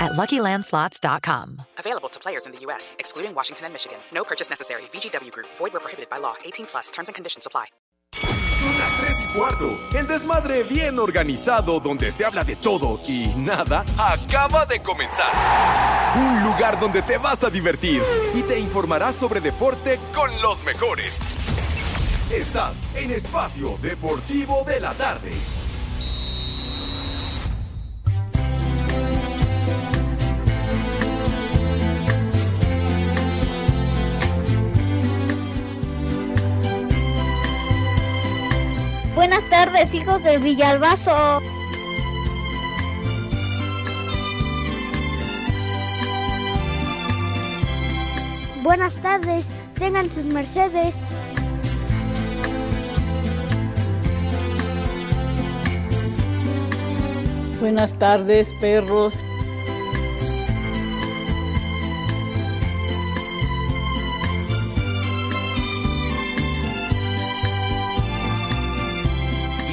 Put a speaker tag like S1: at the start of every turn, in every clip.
S1: at luckylandslots.com.
S2: Available to players in the U.S., excluding Washington and Michigan. No purchase necessary. VGW Group, void were prohibited by law. 18 plus terms and conditions apply.
S3: Son las 3 y cuarto. El desmadre bien organizado donde se habla de todo y nada acaba de comenzar. Un lugar donde te vas a divertir y te informarás sobre deporte con los mejores. Estás en Espacio Deportivo de la Tarde.
S4: Buenas tardes, hijos de Villalbazo. Buenas tardes, tengan sus mercedes.
S5: Buenas tardes, perros.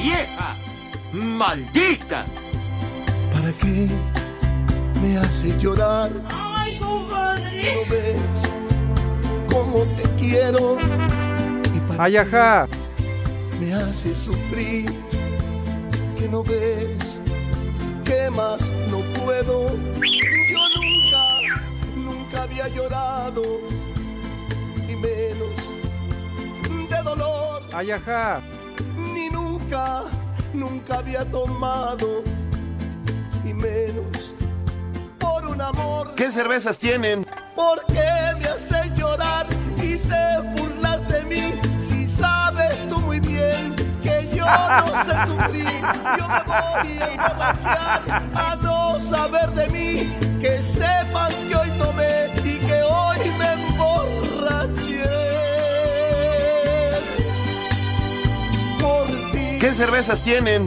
S6: vieja, maldita.
S7: ¿Para qué me haces llorar?
S8: ¡Ay, compadre!
S7: ¿No ves cómo te quiero? ¿Y para
S9: ¡Ay, ajá!
S7: qué me haces sufrir? ¿Que no ves que más no puedo? Yo nunca, nunca había llorado y menos de dolor.
S9: ¡Ay, ajá!
S7: ni nunca, nunca había tomado, y menos por un amor.
S6: ¿Qué cervezas tienen?
S7: ¿Por qué me haces llorar y te burlas de mí? Si sabes tú muy bien que yo no sé sufrir, yo me voy a emborrachar a no saber de mí. Que sepan que hoy tomé y que hoy me emborraché. Por ti.
S6: ¿Qué cervezas tienen?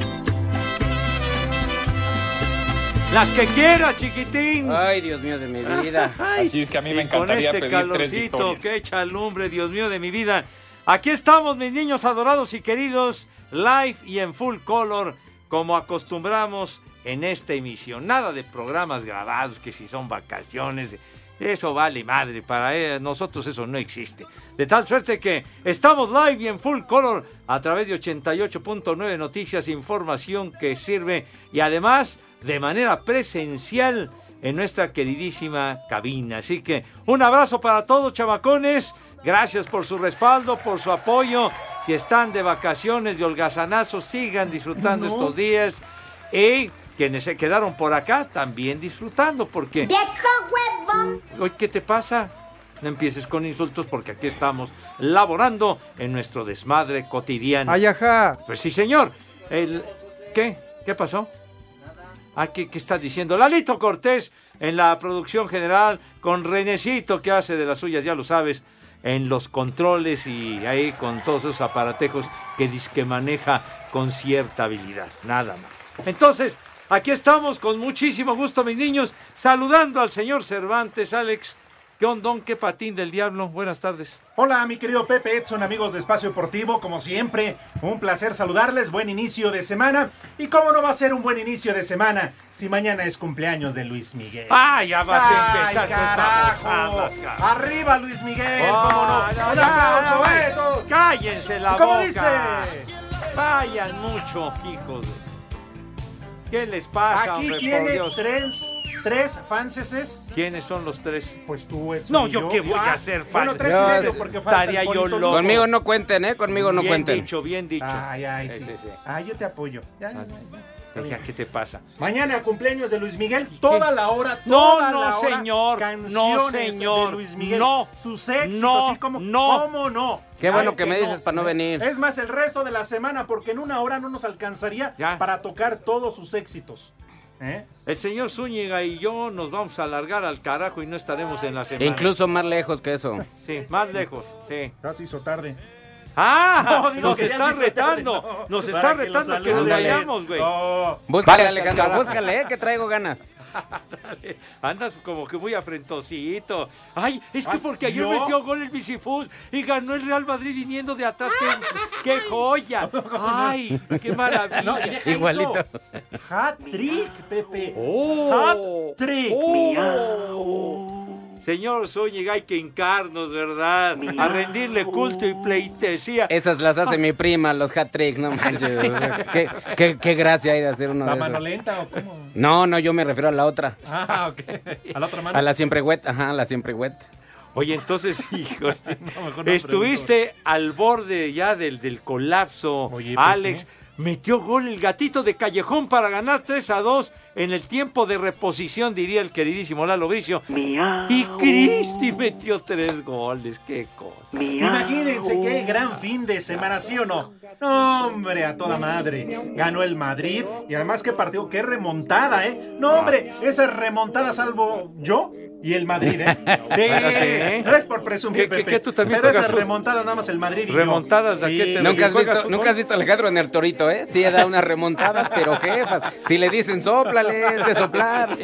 S10: Las que quieras, chiquitín.
S11: Ay, Dios mío de mi vida.
S12: Así es que a mí me
S10: Y con
S12: encantaría
S10: este
S12: pedir tres
S10: calorcito,
S12: victorias.
S10: que echa lumbre, Dios mío de mi vida. Aquí estamos, mis niños adorados y queridos, live y en full color, como acostumbramos en esta emisión. Nada de programas grabados, que si son vacaciones, eso vale madre, para eh, nosotros eso no existe. De tal suerte que estamos live y en full color a través de 88.9 Noticias, información que sirve y además de manera presencial en nuestra queridísima cabina. Así que un abrazo para todos, chamacones. Gracias por su respaldo, por su apoyo. Si están de vacaciones, de holgazanazo, sigan disfrutando estos días. Y quienes se quedaron por acá, también disfrutando, porque... Oye, ¿qué te pasa? No empieces con insultos porque aquí estamos laborando en nuestro desmadre cotidiano.
S9: ¡Ay, ajá!
S10: Pues sí, señor. El... ¿Qué? ¿Qué pasó? Ah, ¿qué, qué estás diciendo? Lalito Cortés en la producción general con Renecito que hace de las suyas, ya lo sabes, en los controles y ahí con todos esos aparatejos que dizque maneja con cierta habilidad, nada más. Entonces, aquí estamos con muchísimo gusto, mis niños, saludando al señor Cervantes, Alex. ¿Qué ondón, qué patín del diablo? Buenas tardes.
S13: Hola, mi querido Pepe Edson, amigos de Espacio Deportivo, como siempre, un placer saludarles, buen inicio de semana. ¿Y cómo no va a ser un buen inicio de semana si mañana es cumpleaños de Luis Miguel?
S10: ¡Ah, ya vas a
S13: ¡Ay,
S10: empezar! pues, con
S13: carajo!
S10: babosadas, carajo!
S13: ¡Arriba Luis Miguel!
S10: Ah,
S13: ¡Cómo no!
S10: no,
S13: ¡Un
S10: no,
S13: aplauso,
S10: no,
S13: eh!
S10: no. ¡Cállense la
S13: ¿Cómo
S10: boca!
S13: dice?
S10: Vayan mucho, hijos. de- ¿Qué les pasa,
S13: Aquí
S10: hombre, por
S13: tiene
S10: Dios?
S13: tres, tres fanseses.
S10: ¿Quién son los tres?
S13: Pues tú, Edson.
S10: No,
S13: y
S10: yo qué voy a
S13: Ah,
S10: hacer,
S13: Bueno,
S10: fan.
S13: tres
S11: Yo
S13: y medio, porque falta
S10: estaría
S13: el
S10: yo
S13: bonito
S10: loco.
S11: Conmigo no cuenten, ¿eh? Conmigo no
S10: bien
S11: cuenten.
S10: dicho, bien dicho.
S13: Ay, ay,
S10: Eh,
S13: sí.
S10: sí, sí.
S13: Ay, yo te apoyo. Ya, ya, ya.
S10: Dije, ¿qué te pasa?
S13: Mañana cumpleaños de Luis Miguel, toda la hora,
S10: No,
S13: toda
S10: no,
S13: la hora,
S10: señor, no,
S13: canciones
S10: señor,
S13: de Luis Miguel,
S10: no,
S13: sus éxitos,
S10: no,
S13: así como,
S10: no.
S13: ¿cómo no?
S11: Qué bueno
S13: Claro
S11: que me dices para no venir.
S13: Es más, el resto de la semana, porque en una hora no nos alcanzaría
S10: Ya.
S13: para tocar todos sus éxitos. ¿Eh?
S10: El señor Zúñiga y yo nos vamos a alargar al carajo y no estaremos en la
S11: E
S10: semana.
S11: incluso más lejos que eso.
S10: Sí, más lejos, sí.
S13: Ya se hizo tarde.
S10: ¡Ah!
S13: No, digo
S10: nos
S13: que ya
S10: están
S13: sí,
S10: retando.
S13: no.
S10: Nos
S13: Para
S10: están
S13: que lo
S10: retando a que nos
S13: salude.
S10: vayamos, güey.
S13: No.
S11: Búscale,
S10: Vaya,
S11: Alejandro,
S10: carajo.
S11: búscale, eh, que traigo ganas.
S10: Ándale, Andas como que muy afrentosito. Ay, es que
S13: Ay,
S10: porque ayer
S13: ¿yo?
S10: metió gol el Bicifútbol y ganó el Real Madrid viniendo de atrás. ¡Qué, qué joya! ¡Ay, qué maravilla!
S13: No, y deja
S11: Igualito.
S13: eso. Hat-trick, Pepe.
S10: ¡Oh!
S13: Hat-trick.
S10: ¡Oh!
S13: miau.
S10: Señor Zúñiga, hay que encarnos, ¿verdad? A rendirle culto
S13: Uh.
S10: y pleitesía.
S11: Esas las hace mi prima, los hat tricks, no manches. o sea, ¿Qué, qué, qué gracia hay de hacer uno
S13: ¿La
S11: de
S13: mano
S11: esos.
S13: lenta o cómo?
S11: No, no, yo me refiero a la otra.
S13: Ah, ok. A la otra mano.
S11: A la siempre wet, ajá, a la siempre wet.
S10: Oye, entonces, híjole,
S13: No, mejor no
S10: estuviste al borde ya del, del colapso,
S13: Oye, ¿por
S10: Alex. Metió gol el gatito de Callejón para ganar 3 a 2 en el tiempo de reposición, diría el queridísimo Lalo Bricio. Y Cristi metió tres goles, qué cosa.
S13: Imagínense qué gran fin de semana, ¿sí o no? No, hombre, a toda madre. Ganó el Madrid y además qué partido, qué remontada, ¿eh? No, hombre, esa remontada salvo yo y el Madrid, ¿eh?
S10: Bueno,
S13: Sí,
S10: sí.
S13: No es por presumir,
S10: ¿Qué- qué-
S13: Pepe,
S10: qué tú también
S13: pero
S10: juegas
S13: esa
S10: fútbol?
S13: remontada nada más el Madrid y yo.
S10: Remontadas, ¿a qué te
S11: ¿Nunca has,
S10: ¿Juegas
S11: visto,
S10: fútbol?
S11: nunca has visto a Alejandro en el torito, ¿eh? Sí, da unas remontadas, pero jefas. Si le dicen soplale, es de soplar.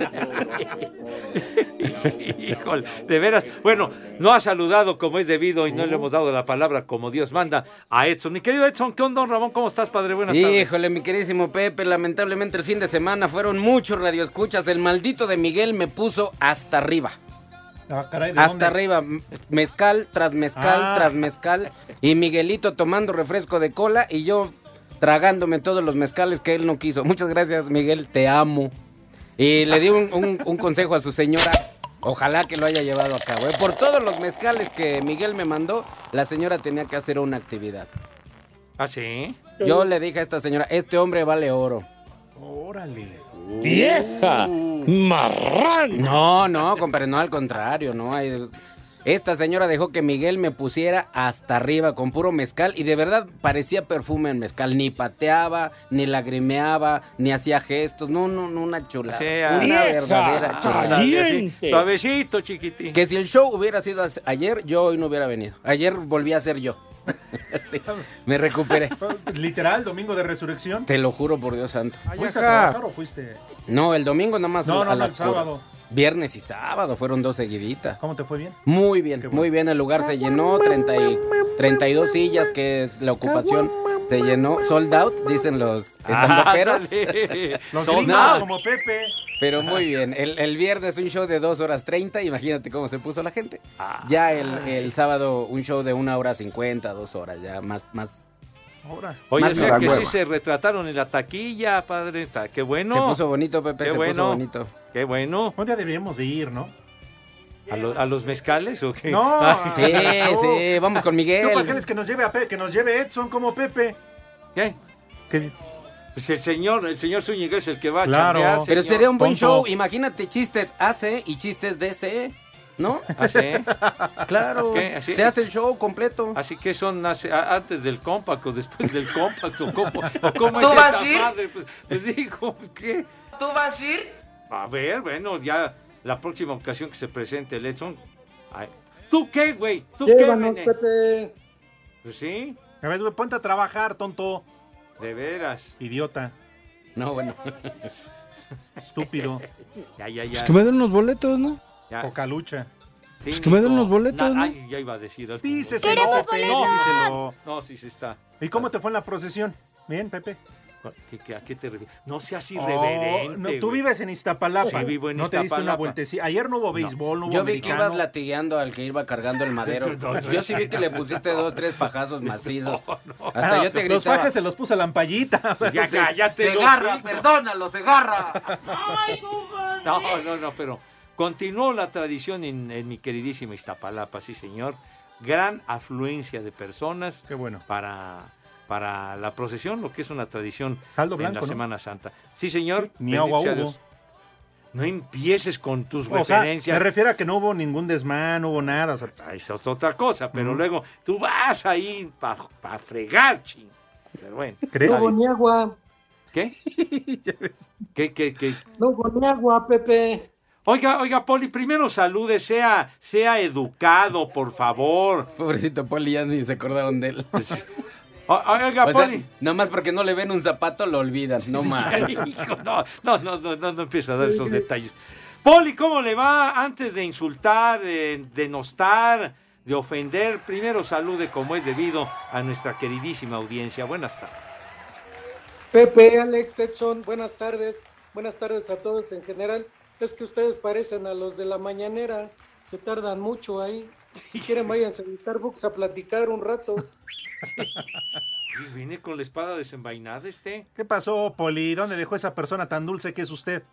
S10: Híjole, de veras. Bueno, no ha saludado como es debido y no le hemos dado la palabra como Dios manda a Edson. Mi querido Edson, ¿qué onda, don Ramón? ¿Cómo estás, padre? Buenas tardes.
S11: Híjole, mi queridísimo Pepe, lamentablemente el fin de semana fueron muchos radioescuchas. El maldito de Miguel me puso hasta arriba.
S13: Ah, caray, ¿de dónde?
S11: Hasta arriba, m- mezcal tras mezcal
S13: Ah.
S11: tras mezcal. Y Miguelito tomando refresco de cola y yo tragándome todos los mezcales que él no quiso. Muchas gracias, Miguel, te amo. Y le di un, un- un consejo a su señora. Ojalá que lo haya llevado a cabo. ¿eh? Por todos los mezcales que Miguel me mandó, la señora tenía que hacer una actividad.
S10: ¿Ah, sí?
S11: Yo le dije a esta señora, este hombre vale oro.
S13: Órale.
S11: No, no, compadre, no, al contrario, no. hay- Esta señora dejó que Miguel me pusiera hasta arriba con puro mezcal y de verdad parecía perfume en mezcal. Ni pateaba, ni lagrimeaba, ni hacía gestos. No, no, no, una chulada.
S10: Sí,
S11: una
S10: vieja
S11: verdadera chulada.
S10: Ándale, así. Suavecito, chiquitín.
S11: Que si el show hubiera sido as- ayer, yo hoy no hubiera venido. Ayer volví a ser yo. Sí, me recuperé.
S13: Literal, domingo de resurrección.
S11: Te lo juro por Dios santo.
S13: ¿Fuiste a trabajar o fuiste?
S11: No, el domingo nada más.
S13: No, no,
S11: a
S13: no,
S11: la
S13: el sábado.
S11: Viernes y sábado fueron dos seguiditas.
S13: ¿Cómo te fue bien?
S11: Muy bien,
S13: Qué bueno.
S11: muy bien. El lugar se llenó, 30 y- 32 sillas, que es la ocupación. Se llenó, sold out, dicen los
S13: Ah,
S11: estandoperos.
S10: Ándale.
S13: Los
S10: Ah, Son
S13: gringos
S10: nada.
S13: como Pepe.
S11: Pero muy bien. El, el viernes un show de 2 horas 30. Imagínate cómo se puso la gente.
S13: Ah,
S11: Ya el, el sábado un show de 1 hora 50, 2 horas, ya más. más
S13: Ahora.
S10: Oye,
S11: Más
S10: o sea
S11: me da
S10: que sí
S11: hueva.
S10: se retrataron en la taquilla, padre. Está, qué bueno.
S11: Se puso bonito, Pepe,
S10: qué
S11: se
S10: bueno.
S11: puso bonito.
S10: Qué bueno.
S13: ¿Dónde debemos de ir, no?
S10: ¿A, lo- a los mezcales o qué? Ah.
S13: Ah, No.
S10: Ay,
S11: Sí, sí, vamos con
S13: Yo para qué
S11: Miguel.
S13: les que nos lleve a Pe- que nos lleve Edson como Pepe.
S10: ¿Qué?
S13: Que-
S10: Pues el señor, el señor Zúñiga es el que va a
S13: Claro.
S10: chambear,
S11: Pero
S10: señor.
S11: sería un buen
S13: Tonto.
S11: show. Imagínate chistes AC y chistes DC, ¿no?
S10: ¿Ah, sí?
S11: Claro.
S10: ¿Qué? ¿Así?
S11: Se hace el show completo.
S10: Así que son nace- a- antes del compact o después del compact o cómo, o cómo
S7: ¿Tú
S10: es
S7: vas
S10: esa
S7: a ir?
S10: madre. Pues, les digo, ¿qué?
S7: ¿Tú vas a ir?
S10: A ver, bueno, ya la próxima ocasión que se presente el Edson. ay, ¿Tú qué, güey? ¿Tú qué, René? Pues sí,
S13: A ver, güey, ponte a trabajar, tonto.
S10: de veras.
S13: Idiota.
S11: No, bueno.
S13: Estúpido.
S10: Ya, ya, ya.
S8: Pues Que me den unos boletos, ¿no?
S10: ya.
S13: Cocalucha.
S10: Sí,
S8: que me den
S10: Nico.
S8: los boletos,
S10: Na-
S8: ¿no?
S10: Ay, ya iba a decir. algo.
S13: Dícese,
S10: No,
S13: Pepe,
S10: no, díselo.
S13: díselo.
S10: No, sí se está.
S13: ¿Y cómo te fue en la procesión? Bien, Pepe.
S10: ¿Qué- qué- ¿A qué te refieres? No seas
S13: Oh,
S10: irreverente.
S13: no, tú
S10: güey.
S13: vives en Iztapalapa.
S10: Sí, vivo en
S13: no te diste una
S10: Iztapalapa.
S13: vueltecita. Ayer no hubo béisbol, no, hubo
S11: Yo vi que ibas
S13: americano.
S11: latigueando al que iba cargando el madero. Yo sí vi que le pusiste dos, tres fajazos macizos. Hasta
S13: Ah,
S11: yo te
S13: Los
S11: gritaba.
S13: fajes se los puso Lampallita.
S10: Ya cállate. loco.
S11: perdónalo, se agarra.
S10: No, no, no, pero continuó la tradición en, en mi queridísima Iztapalapa, sí, señor. Gran afluencia de personas
S13: Qué bueno.
S10: para, para la procesión, lo que es una tradición
S13: Saldo
S10: en la
S13: blanco, ¿no?
S10: Semana Santa. Sí, señor.
S13: Ni
S10: bendito
S13: agua
S10: sea
S13: hubo.
S10: Dios. No empieces con tus
S13: O sea,
S10: referencias.
S13: me refiero a que no hubo ningún desmán, no hubo nada. o sea,
S10: Ah, Esa es otra cosa, pero luego tú vas ahí para fregar, ching. Pero bueno.
S13: ¿Crees?
S10: está bien.
S8: agua.
S10: ¿Qué? ¿Qué, qué, qué?
S8: No hubo ni agua, Pepe.
S10: Oiga, oiga, Poli, primero salude, sea, sea educado, por favor. Pues,
S11: Pobrecito Poli, ya ni se acordaron de él.
S10: O- oiga,
S11: O sea,
S10: Poli.
S11: nomás porque no le ven un zapato lo olvidas, no más.
S10: Hijo, no, no, no, no, no, no empieza a dar esos detalles. Poli, ¿cómo le va antes de insultar, de denostar, de ofender? Primero salude como es debido a nuestra queridísima audiencia. Buenas tardes.
S8: Pepe, Alex, Edson, buenas tardes. Buenas tardes a todos en general. Es que ustedes parecen a los de la mañanera. Se tardan mucho ahí. Si quieren, váyanse a Starbucks a platicar un rato.
S10: Sí, Viene con la espada desenvainada este.
S13: ¿Qué pasó, Poli? ¿Dónde dejó esa persona tan dulce que es usted?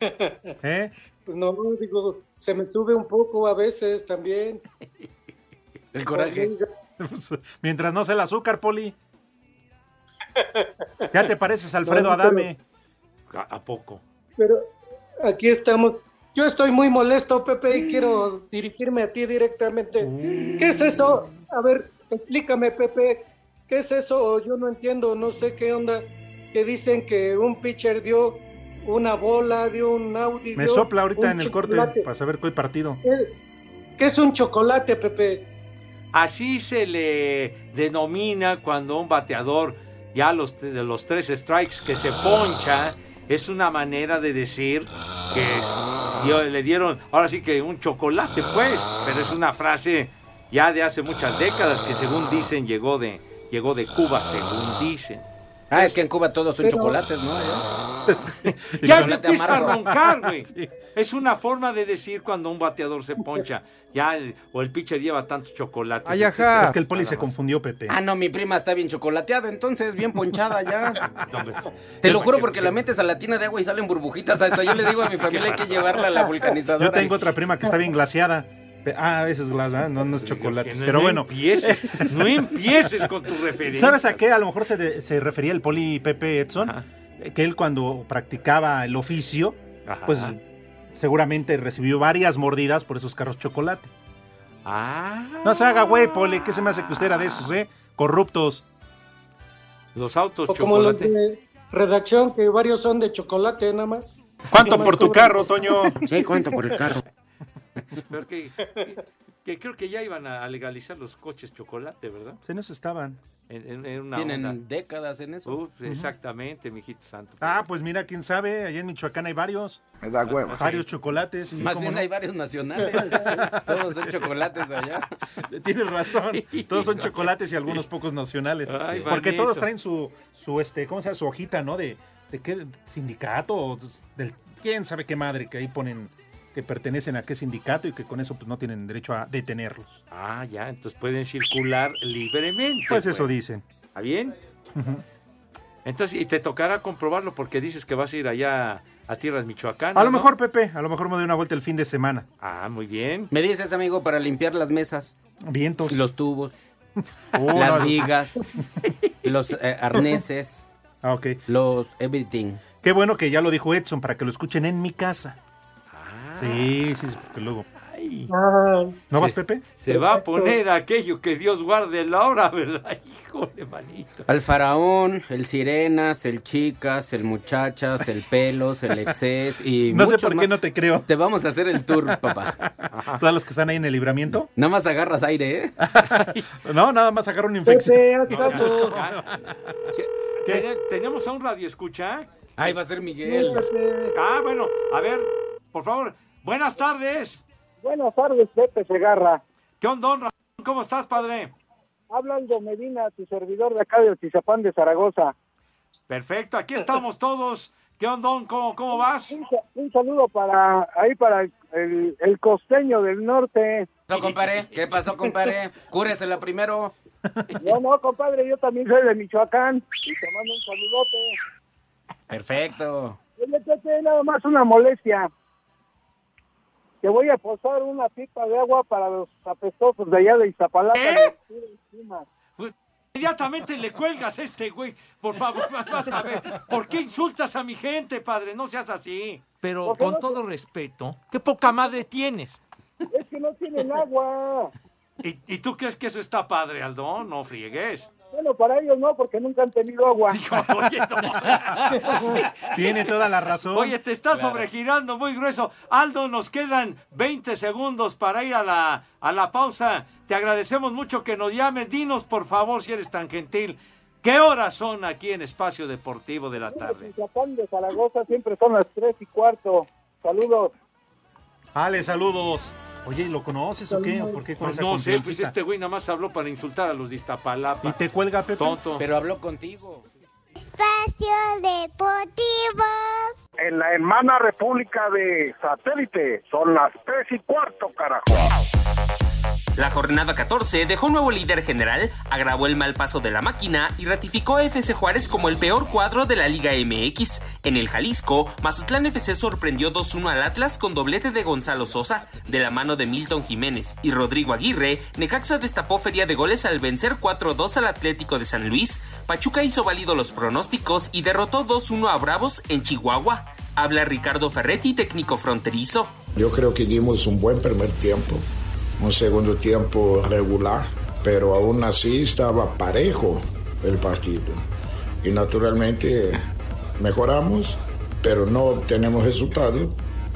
S13: ¿Eh?
S8: Pues no, digo, se me sube un poco a veces también.
S11: El
S13: coraje. Pues, Mientras no sea el azúcar, Poli. Ya te pareces a Alfredo
S8: No, pero-
S13: Adame.
S10: ¿A, poco?
S8: Pero aquí estamos. Yo estoy muy molesto, Pepe, y quiero dirigirme a ti directamente. ¿Qué es eso? A ver, explícame, Pepe. ¿Qué es eso? Yo no entiendo, no sé qué onda. Que dicen que un pitcher dio una bola, dio un Audi.
S13: Me
S8: dio
S13: sopla ahorita
S8: un
S13: en el
S8: chocolate.
S13: corte para saber cuál partido.
S8: ¿Qué- ¿Qué es un chocolate, Pepe?
S10: Así se le denomina cuando un bateador ya a los, de los tres strikes que se poncha es una manera de decir que es- dio- le dieron ahora sí que un chocolate pues, pero es una frase ya de hace muchas décadas que según dicen llegó de llegó de Cuba según dicen.
S11: Ah, es que en Cuba todos son
S10: Pero-
S11: chocolates, ¿no? Allá.
S10: Ya
S11: Chocolate
S10: empieza a
S11: amargo.
S10: roncar, güey. Es una forma de decir cuando un bateador se poncha. Ya, el- o el pitcher lleva tantos chocolates. etcétera.
S13: Es que el Poli se confundió, Pepe.
S11: Ah, no, mi prima está bien chocolateada, entonces, bien ponchada ya.
S10: No, hombre.
S11: Te lo juro porque la metes a la tina de agua y salen burbujitas. Hasta yo le digo a mi familia hay que llevarla a la vulcanizadora.
S13: Yo tengo otra prima que está bien glaseada. Pe- Ah, ese es glas, ¿verdad? No, no es chocolate.
S10: no-
S13: Pero
S10: no
S13: bueno.
S10: empieces, no empieces con tus referencias.
S13: ¿Sabes a qué a lo mejor se, de- se refería el Poli Pepe Edson? Eh, Que él cuando practicaba el oficio,
S10: Ajá.
S13: pues seguramente recibió varias mordidas por esos carros chocolate.
S10: Ah,
S13: No se haga güey, Poli, ¿qué se me hace que usted era de esos, eh? Corruptos.
S10: Los autos
S8: O como los de redacción, que varios son de chocolate nada más.
S13: ¿Cuánto
S8: Nada más
S13: por tu
S8: cobran.
S13: carro, Toño? Sí, ¿cuánto por el carro?
S10: Pero que, que- que creo que ya iban a a legalizar los coches chocolate, ¿verdad?
S13: En eso estaban.
S10: En, en- en una
S11: Tienen
S10: onda.
S11: décadas en eso.
S10: Uf, Exactamente, mijito santo.
S13: Ah, pues mira, quién sabe, allá en Michoacán hay varios.
S10: Me da hueva.
S13: Varios chocolates. sí,
S11: Más
S13: cómo
S11: bien
S13: no.
S11: hay varios nacionales. Todos son chocolates allá.
S13: Tienes razón. Todos son chocolates y algunos pocos nacionales.
S11: Ay,
S13: Sí. Porque
S11: Juanito.
S13: todos traen su, su este, ¿cómo se llama? Su hojita, ¿no? De, de qué sindicato o del quién sabe qué madre que ahí ponen que pertenecen a qué sindicato y que con eso pues no tienen derecho a detenerlos.
S10: Ah, ya, entonces pueden circular libremente.
S13: Pues eso dicen.
S10: ¿Está bien? Entonces, y te tocará comprobarlo porque dices que vas a ir allá a tierras michoacanas.
S13: A lo
S10: Ah, ¿no?
S13: mejor, Pepe, a lo mejor me doy una vuelta el fin de semana.
S10: Ah, muy bien.
S11: Me dices, amigo, para limpiar las mesas.
S13: Vientos.
S11: Los tubos.
S13: Oh,
S11: las
S13: no.
S11: vigas. los eh, arneses.
S13: Ah, ok.
S11: Los everything.
S13: Qué bueno que ya lo dijo Edson para que lo escuchen en mi casa.
S10: Ah.
S13: Sí, sí, sí, porque luego. Ah, ¿No vas, Pepe?
S10: Se va a poner aquello que Dios guarde la hora, ¿verdad? Híjole, manito.
S11: Al faraón, el sirenas, el chicas, el muchachas, el pelos, el exces y
S13: No sé
S11: muchos
S13: por qué
S11: más.
S13: no te creo.
S11: Te vamos a hacer el tour, papá.
S10: Ah.
S13: Todos los que están ahí en el libramiento.
S11: Nada más agarras aire, ¿eh?
S13: No, nada más agarra una infección.
S10: Ten- Tenemos a un radio escucha.
S11: Ahí va a ser Miguel.
S10: Ah, bueno, a ver, por favor, buenas tardes.
S9: Buenas tardes, Pepe Segarra.
S10: ¿Qué onda, don Ramón? ¿Cómo estás, padre?
S9: Habla Aldo Medina, tu servidor de acá de Otizapán de Zaragoza.
S10: Perfecto, aquí estamos todos. ¿Qué onda, don? ¿Cómo, cómo vas?
S9: Un, sa- un saludo para ahí para el, el costeño del norte.
S11: ¿Qué pasó, compadre? ¿Qué pasó, compadre? Cúresela primero.
S9: No, no, compadre, yo también soy de Michoacán. Y te mando un saludote.
S11: Perfecto.
S9: Oye, Pepe, nada más una molestia. Te voy a posar una pipa de agua para los apestosos de allá de Iztapalapa.
S10: ¿Eh? Inmediatamente le cuelgas a este güey. Por favor, vas a ver. ¿Por qué insultas a mi gente, padre? No seas así. Pero con todo respeto, qué poca madre tienes.
S9: Es que no tienen agua.
S10: ¿Y, y tú crees que eso está padre, Aldo? No friegues.
S9: Bueno, para ellos no, porque nunca han tenido agua.
S13: Tiene toda la razón.
S10: Oye, te estás
S13: Claro.
S10: sobregirando muy grueso. Aldo, nos quedan 20 segundos para ir a la, a la pausa. Te agradecemos mucho que nos llames. Dinos, por favor, si eres tan gentil, ¿qué horas son aquí en Espacio Deportivo de la Tarde?
S9: Zapán de Zaragoza siempre son las tres y cuarto. Saludos.
S13: Ale, saludos. Oye, ¿lo conoces o qué? ¿O por qué con
S10: Pues
S13: esa
S10: no sé, pues
S13: confiancita?
S10: este güey nada más habló para insultar a los de Iztapalapa.
S13: Y te cuelga, Pepe.
S10: Tonto.
S11: Pero habló contigo.
S4: Espacio Deportivo.
S9: En la hermana república de satélite son las tres y cuarto, carajo.
S12: La jornada 14 dejó un nuevo líder general, agravó el mal paso de la máquina y ratificó a FC Juárez como el peor cuadro de la Liga MX. En el Jalisco, Mazatlán FC sorprendió 2-1 al Atlas con doblete de Gonzalo Sosa, de la mano de Milton Jiménez y Rodrigo Aguirre. Necaxa destapó feria de goles al vencer 4-2 al Atlético de San Luis. Pachuca hizo válido los pronósticos y derrotó 2-1 a Bravos en Chihuahua. Habla Ricardo Ferretti, técnico fronterizo.
S14: Yo creo que dimos un buen primer tiempo, un segundo tiempo regular, pero aún así estaba parejo el partido. Y naturalmente mejoramos, pero no obtenemos resultados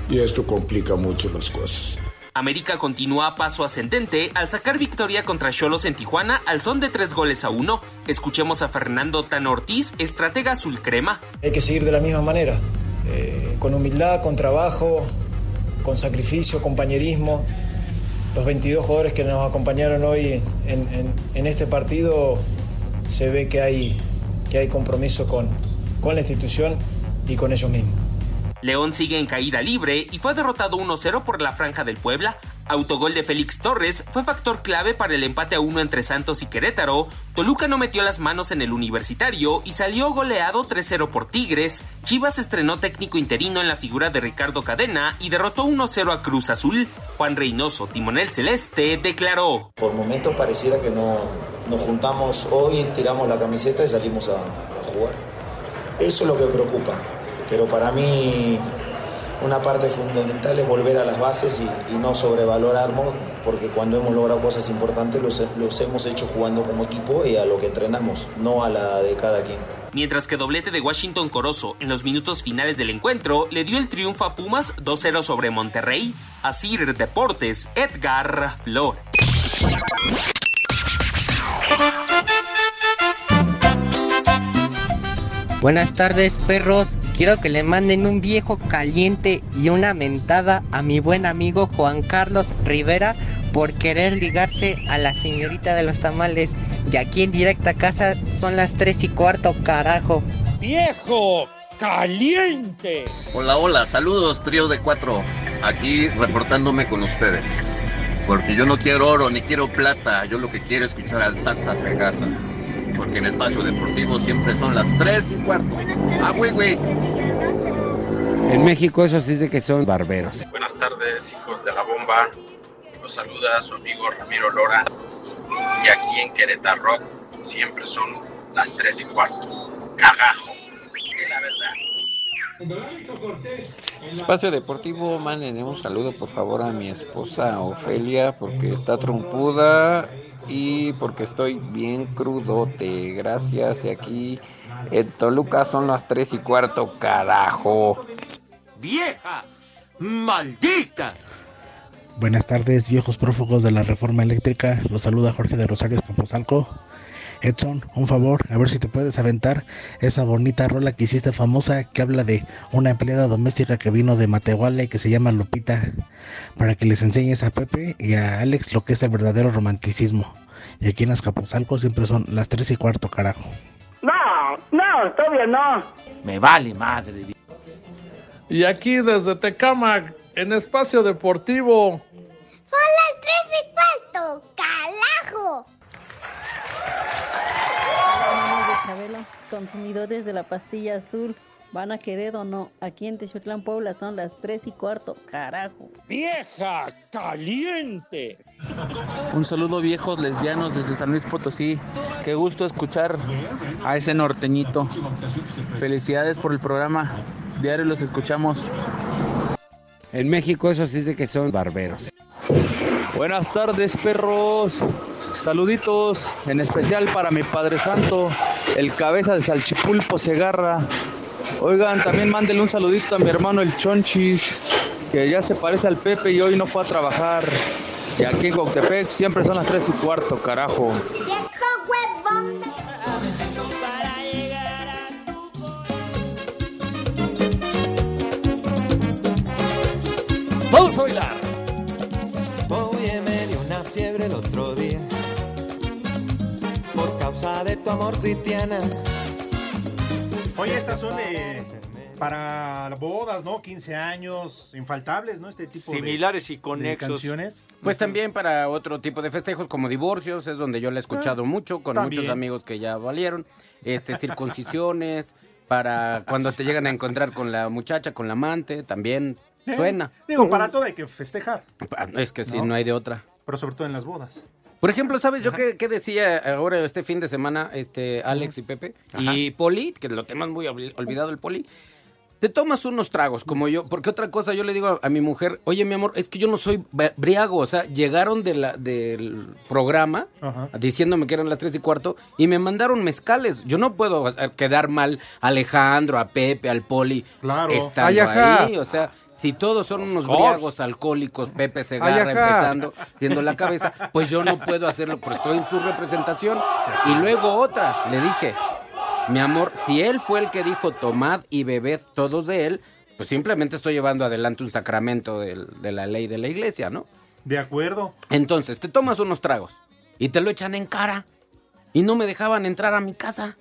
S14: y esto complica mucho las cosas.
S12: América continúa a paso ascendente al sacar victoria contra Cholos en Tijuana al son de tres goles a uno. Escuchemos a Fernando Tan Ortiz, estratega azul crema.
S15: Hay que seguir de la misma manera, eh, con humildad, con trabajo, con sacrificio, compañerismo. Los 22 jugadores que nos acompañaron hoy en, en- en este partido se ve que hay, que hay compromiso con, con la institución y con ellos mismos.
S12: León sigue en caída libre y fue derrotado 1-0 por la Franja del Puebla. Autogol de Félix Torres fue factor clave para el empate a uno entre Santos y Querétaro. Toluca no metió las manos en el universitario y salió goleado 3-0 por Tigres. Chivas estrenó técnico interino en la figura de Ricardo Cadena y derrotó 1-0 a Cruz Azul. Juan Reynoso, timonel celeste, declaró.
S16: Por momentos pareciera que no nos juntamos hoy, tiramos la camiseta y salimos a, a jugar. Eso es lo que preocupa. Pero para mí una parte fundamental es volver a las bases y, y no sobrevalorarnos, porque cuando hemos logrado cosas importantes los, los hemos hecho jugando como equipo y a lo que entrenamos, no a la de cada quien.
S12: Mientras que doblete de Washington Corozo en los minutos finales del encuentro le dio el triunfo a Pumas 2-0 sobre Monterrey. Asir Deportes, Edgar Flores.
S17: Buenas tardes, perros. Quiero que le manden un viejo caliente y una mentada a mi buen amigo Juan Carlos Rivera por querer ligarse a la señorita de los tamales. Y aquí en directa casa son las 3 y cuarto, carajo.
S10: Oh.
S18: ¡Viejo! ¡Caliente!
S19: Hola, hola, saludos, trío de cuatro. Aquí reportándome con ustedes. Porque yo no quiero oro ni quiero plata. Yo lo que quiero es escuchar al Tata Segata. Porque en espacio deportivo siempre son las tres y cuarto. ¡Ah, güey, güey!
S11: En México eso sí de que son barberos.
S20: Buenas tardes, hijos de la bomba. Los saluda su amigo Ramiro Lora. Y aquí en Querétaro Rock siempre son las tres y cuarto. Cagajo, de la verdad.
S19: Pues
S21: Espacio Deportivo, manden un saludo por favor a mi esposa Ofelia porque está trompuda y porque estoy bien crudote. Gracias. Y aquí en Toluca son las tres y cuarto, carajo.
S10: ¡Vieja! ¡Maldita!
S22: Buenas tardes, viejos prófugos de la reforma eléctrica. Los saluda Jorge de Rosarios Camposalco. Edson, un favor, a ver si te puedes aventar esa bonita rola que hiciste famosa que habla de una empleada doméstica que vino de Matehuala y que se llama Lupita, para que les enseñes a Pepe y a Alex lo que es el verdadero romanticismo. Y aquí en Azcapotzalco siempre son las 3 y cuarto, carajo.
S23: No, no, todavía no.
S10: Me vale madre.
S24: Y aquí desde Tecamac, en Espacio Deportivo.
S4: Son las tres y cuarto, carajo.
S25: Chabelo, consumidores de la pastilla azul, ¿van a querer o no? Aquí en Techutlán, Puebla, son las 3 y cuarto, carajo.
S18: ¡Vieja! ¡Caliente!
S26: Un saludo viejos lesbianos desde San Luis Potosí. Qué gusto escuchar a ese norteñito. Felicidades por el programa. Diario los escuchamos.
S11: En México eso sí de que son barberos.
S26: Buenas tardes, perros. Saluditos, en especial para mi Padre Santo, el cabeza de Salchipulpo Segarra. Oigan, también mándele un saludito a mi hermano el Chonchis, que ya se parece al Pepe y hoy no fue a trabajar. Y aquí en Coctepec siempre son las 3 y cuarto, carajo.
S2: Vamos a bailar.
S1: Oye, me dio una fiebre el otro día por causa de tu amor, Cristiana.
S13: Oye, estas son eh, para bodas, ¿no? 15 años, infaltables, ¿no? Este tipo de-
S10: Similares y conexos.
S13: de canciones.
S11: Pues también para otro tipo de festejos como divorcios, es donde yo la he escuchado mucho, con
S13: Ah, también.
S11: muchos amigos que ya valieron, este circuncisiones, para cuando te llegan a encontrar con la muchacha, con la amante, también
S13: Sí.
S11: suena.
S13: ¿Eh? Digo, para todo hay que festejar,
S11: Ah, Es que sí,
S13: ¿No?
S11: no hay de otra.
S13: pero sobre todo en las bodas.
S11: Por ejemplo, ¿sabes yo qué, qué decía ahora este fin de semana este Alex y Pepe? Y Poli, que lo temas muy obli- olvidado el Poli. Te tomas unos tragos, como yo, porque otra cosa yo le digo a, a mi mujer, oye mi amor, es que yo no soy ba- briago, o sea, llegaron de la, del programa
S13: Ajá.
S11: diciéndome que eran las tres y cuarto y me mandaron mezcales. Yo no puedo eh, quedar mal a Alejandro, a Pepe, al Poli,
S13: Claro.
S11: estando
S13: Ay, ajá.
S11: ahí, o sea, si todos son unos
S13: course.
S11: briagos alcohólicos, Pepe se agarra
S13: Ay, ajá.
S11: empezando, siendo la cabeza, pues yo no puedo hacerlo, pero estoy en su representación. Y luego otra, le dije, mi amor, si él fue el que dijo tomad y bebed todos de él, pues simplemente estoy llevando adelante un sacramento del- de la ley de la iglesia, ¿no?
S13: De acuerdo.
S11: Entonces, te tomas unos tragos y te lo echan en cara y no me dejaban entrar a mi casa.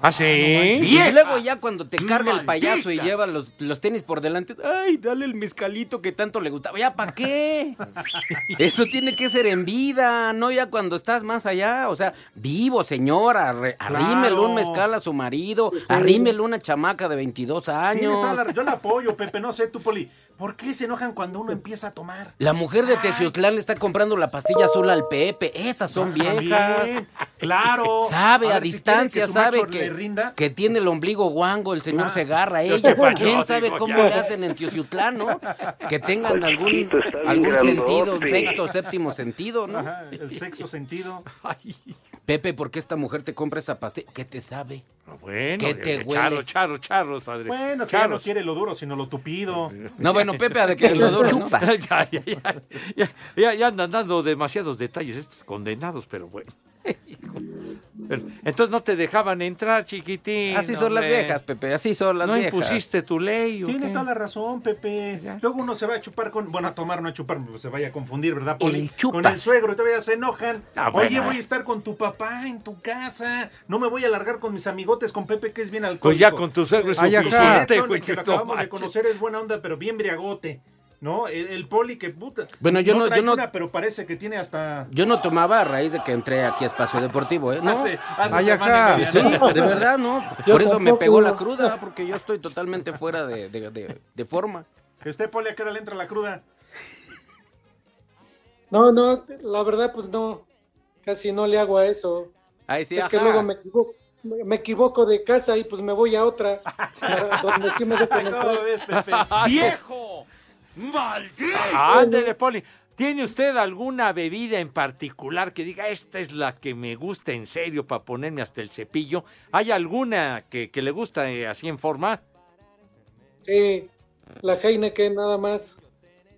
S10: ¿Ah, sí?
S11: Y luego ya cuando te carga el payaso y lleva los, los tenis por delante, ay, dale el mezcalito que tanto le gustaba. ¿Ya para qué? Eso tiene que ser en vida, no ya cuando estás más allá. O sea, vivo, señora, arre- arrímele un mezcal a su marido, arrímele una chamaca de 22 años.
S13: Tienes toda la- yo la apoyo, Pepe, no sé, tú, Poli. ¿Por qué se enojan cuando uno empieza a tomar?
S11: La mujer de Teciutlán le está comprando la pastilla azul al Pepe. Esas son viejas.
S13: También, claro.
S11: Sabe
S13: A
S11: a,
S13: ver, si
S11: distancia,
S13: quiere que su
S11: sabe
S13: macho le
S11: que,
S13: rinda.
S11: que tiene el ombligo guango el señor
S13: Ah,
S11: Segarra.
S13: yo
S11: Ella,
S13: te pacho,
S11: quién sabe
S13: digo,
S11: cómo
S13: ya.
S11: le hacen en Teciutlán, ¿no? Que tengan
S13: Está
S11: algún,
S13: chiquito, está bien
S11: algún
S13: grandote.
S11: sentido, sexto, séptimo sentido, ¿no?
S13: Ajá, el sexto sentido.
S11: Pepe, ¿por qué esta mujer te compra esa pastilla? ¿Qué te sabe?
S13: Ah,
S10: Bueno,
S11: ¿Qué
S10: que
S11: te huele?
S10: charros, charros, charros, padre.
S13: Bueno, que ya no
S10: charros.
S13: quiere lo duro, sino lo tupido.
S11: No, bueno, Pepe, a de que lo duro, ¿no?
S10: Eh, ya, ya, ya, ya, ya- ya andan dando demasiados detalles estos condenados, pero bueno. Pero, entonces no te dejaban entrar, chiquitín.
S11: Así son las
S10: hombre.
S11: viejas, Pepe, así son las
S10: ¿No
S11: viejas.
S10: impusiste tu ley? ¿o
S13: Tiene
S10: qué?
S13: toda la razón, Pepe. Luego uno se va a chupar con. Bueno, a tomar, no a chupar, pues se vaya a confundir, ¿verdad, Poli?
S10: El chupas.
S13: Con el suegro, y todavía se enojan.
S10: Ah,
S13: Oye,
S10: bueno.
S13: voy a estar con tu papá en tu casa. No me voy a largar con mis amigotes, con Pepe, que es bien alcohólico. Ah,
S10: Pues ya con tu suegro es
S13: Ay, ajá.
S10: suficiente,
S13: Edson,
S10: güey,
S13: Que
S10: no
S13: lo acabamos
S10: manches.
S13: de conocer, es buena onda, pero bien briagote. ¿No? El, el Poli, que puta.
S11: Bueno, yo no- yo
S13: trae
S11: no-
S13: una, pero parece que tiene hasta.
S11: Yo no tomaba a raíz de que entré aquí a Espacio Deportivo, ¿eh? No.
S13: Hace- hace Ay, semana ajá. y media,
S11: Sí,
S13: ¿no?
S11: de verdad, ¿no?
S13: Yo
S11: Por eso me
S13: tampoco.
S11: pegó la cruda, porque yo estoy totalmente fuera de, de- de- de forma.
S13: Usted, Poli, ¿a qué hora le entra la cruda?
S8: No, no, la verdad, pues no. Casi no le hago a eso.
S11: Ahí sí,
S8: es que
S11: ajá.
S8: luego me equivoco, me- me equivoco de casa y pues me voy a otra. para donde sí me dejan entrar.
S10: ¡Viejo! ¡Maldito! Ándele, Poli. ¿Tiene usted alguna bebida en particular que diga, esta es la que me gusta en serio para ponerme hasta el cepillo? ¿Hay alguna que, que le gusta eh, así en forma?
S8: Sí, la Heineken nada más.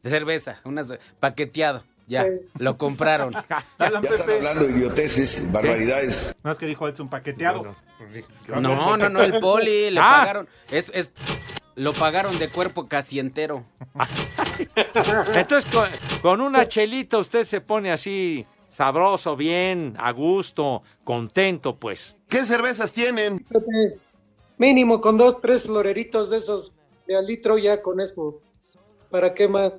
S11: Cerveza, una ce- paqueteado. Ya, lo compraron.
S13: Ya están hablando
S11: de idioteces,
S13: barbaridades. No es que dijo Edson paqueteado.
S11: No, no, no, el poli le
S13: Ah.
S11: pagaron. Es, es, lo pagaron de cuerpo casi entero.
S10: Entonces, con, con una chelita usted se pone así sabroso, bien, a gusto, contento, pues.
S8: ¿Qué cervezas tienen? Mínimo con dos, tres floreritos de esos de al litro ya con eso. ¿Para qué más?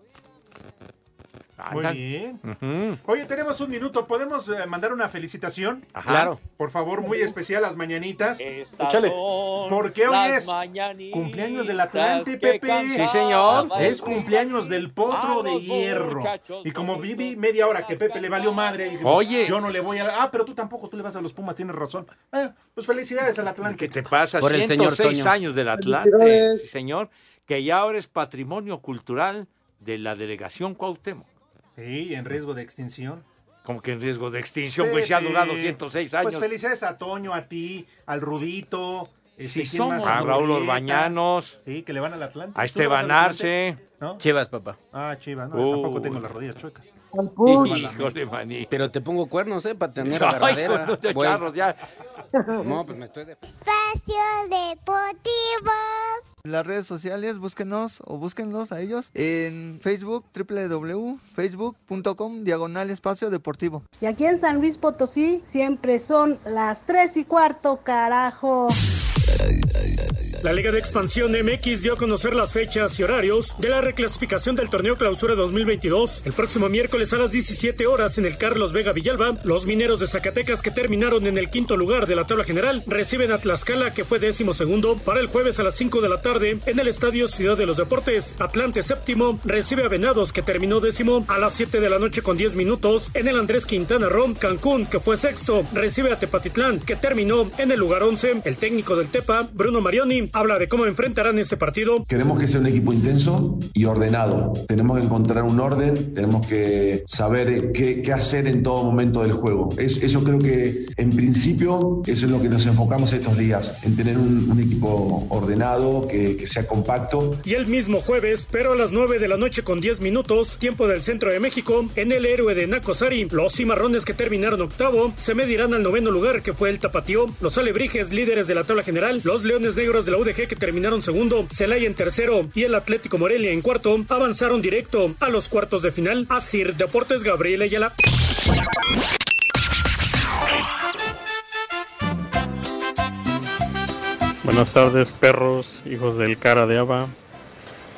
S10: ah,
S13: Muy
S8: Andan.
S13: bien. Oye, tenemos un minuto. ¿Podemos eh, mandar una felicitación?
S10: Ajá. Claro.
S13: Por favor, muy especial las mañanitas.
S10: Échale.
S13: son Porque hoy
S10: las
S13: es cumpleaños del Atlante,
S10: que
S13: Pepe.
S10: cantaba Sí, señor. el
S13: Es cumpleaños del potro de hierro. Y como viví media hora que Pepe le valió madre, dije,
S10: Oye.
S13: yo no le voy a. Ah, pero tú tampoco, tú le vas a los Pumas, tienes razón. Eh, pues felicidades al Atlante.
S10: ¿Qué te pasa?
S11: Por el señor
S10: 106
S11: Toño.
S10: años del Atlante,
S13: Felicidades.
S10: sí, señor, que ya ahora es patrimonio cultural de la delegación Cuauhtémoc.
S13: Sí, en riesgo de extinción.
S10: Como que en riesgo de extinción, güey, si ha durado 106 años.
S13: Este, Pues felicidades a Toño, a ti, al Rudito. este,
S10: Sí, somos. A Raúl Orbañanos.
S13: Sí, que le van al Atlante.
S10: A Esteban Arce.
S13: ¿No?
S11: Chivas, papá.
S13: Ah, Chiva, no,
S10: Uh.
S13: tampoco tengo las rodillas chuecas.
S10: Híjole, maní.
S11: Pero te pongo cuernos, ¿eh? Para tener
S10: Ay,
S11: agarradera.
S10: hijo de
S11: Bueno.
S10: charros, ya.
S11: No, pues me estoy de...
S4: Espacio Deportivo.
S2: En las redes sociales, búsquenos o búsquenlos a ellos en Facebook, www.facebook.com, diagonal espacio deportivo.
S3: Y aquí en San Luis Potosí siempre son las 3 y cuarto, carajo.
S5: La Liga de Expansión MX dio a conocer las fechas y horarios de la reclasificación del torneo Clausura 2022. El próximo miércoles a las 17 horas en el Carlos Vega Villalba, los mineros de Zacatecas que terminaron en el quinto lugar de la tabla general reciben a Tlaxcala que fue décimo segundo para el jueves a las 5 de la tarde en el Estadio Ciudad de los Deportes. Atlante séptimo recibe a Venados que terminó décimo a las 7 de la noche con 10 minutos en el Andrés Quintana Roo. Cancún que fue sexto recibe a Tepatitlán que terminó en el lugar 11. El técnico del Tepa, Bruno Marioni, habla de cómo enfrentarán este partido.
S6: Queremos que sea un equipo intenso y ordenado. Tenemos que encontrar un orden, tenemos que saber eh, qué, qué hacer en todo momento del juego. Es- eso creo que en principio eso es lo que nos enfocamos estos días, en tener un, un equipo ordenado, que- que sea compacto
S5: Y el mismo jueves, pero a las 9 de la noche con 10 minutos, tiempo del centro de México, en el héroe de Nacosari, los cimarrones que terminaron octavo se medirán al noveno lugar que fue el Tapatío, los alebrijes líderes de la tabla general, los leones negros de la UDG que terminaron segundo, Celaya en tercero y el Atlético Morelia en cuarto, avanzaron directo a los cuartos de final. Asir Deportes Gabriel Ayala.
S7: Buenas tardes, perros, hijos del cara de Ava.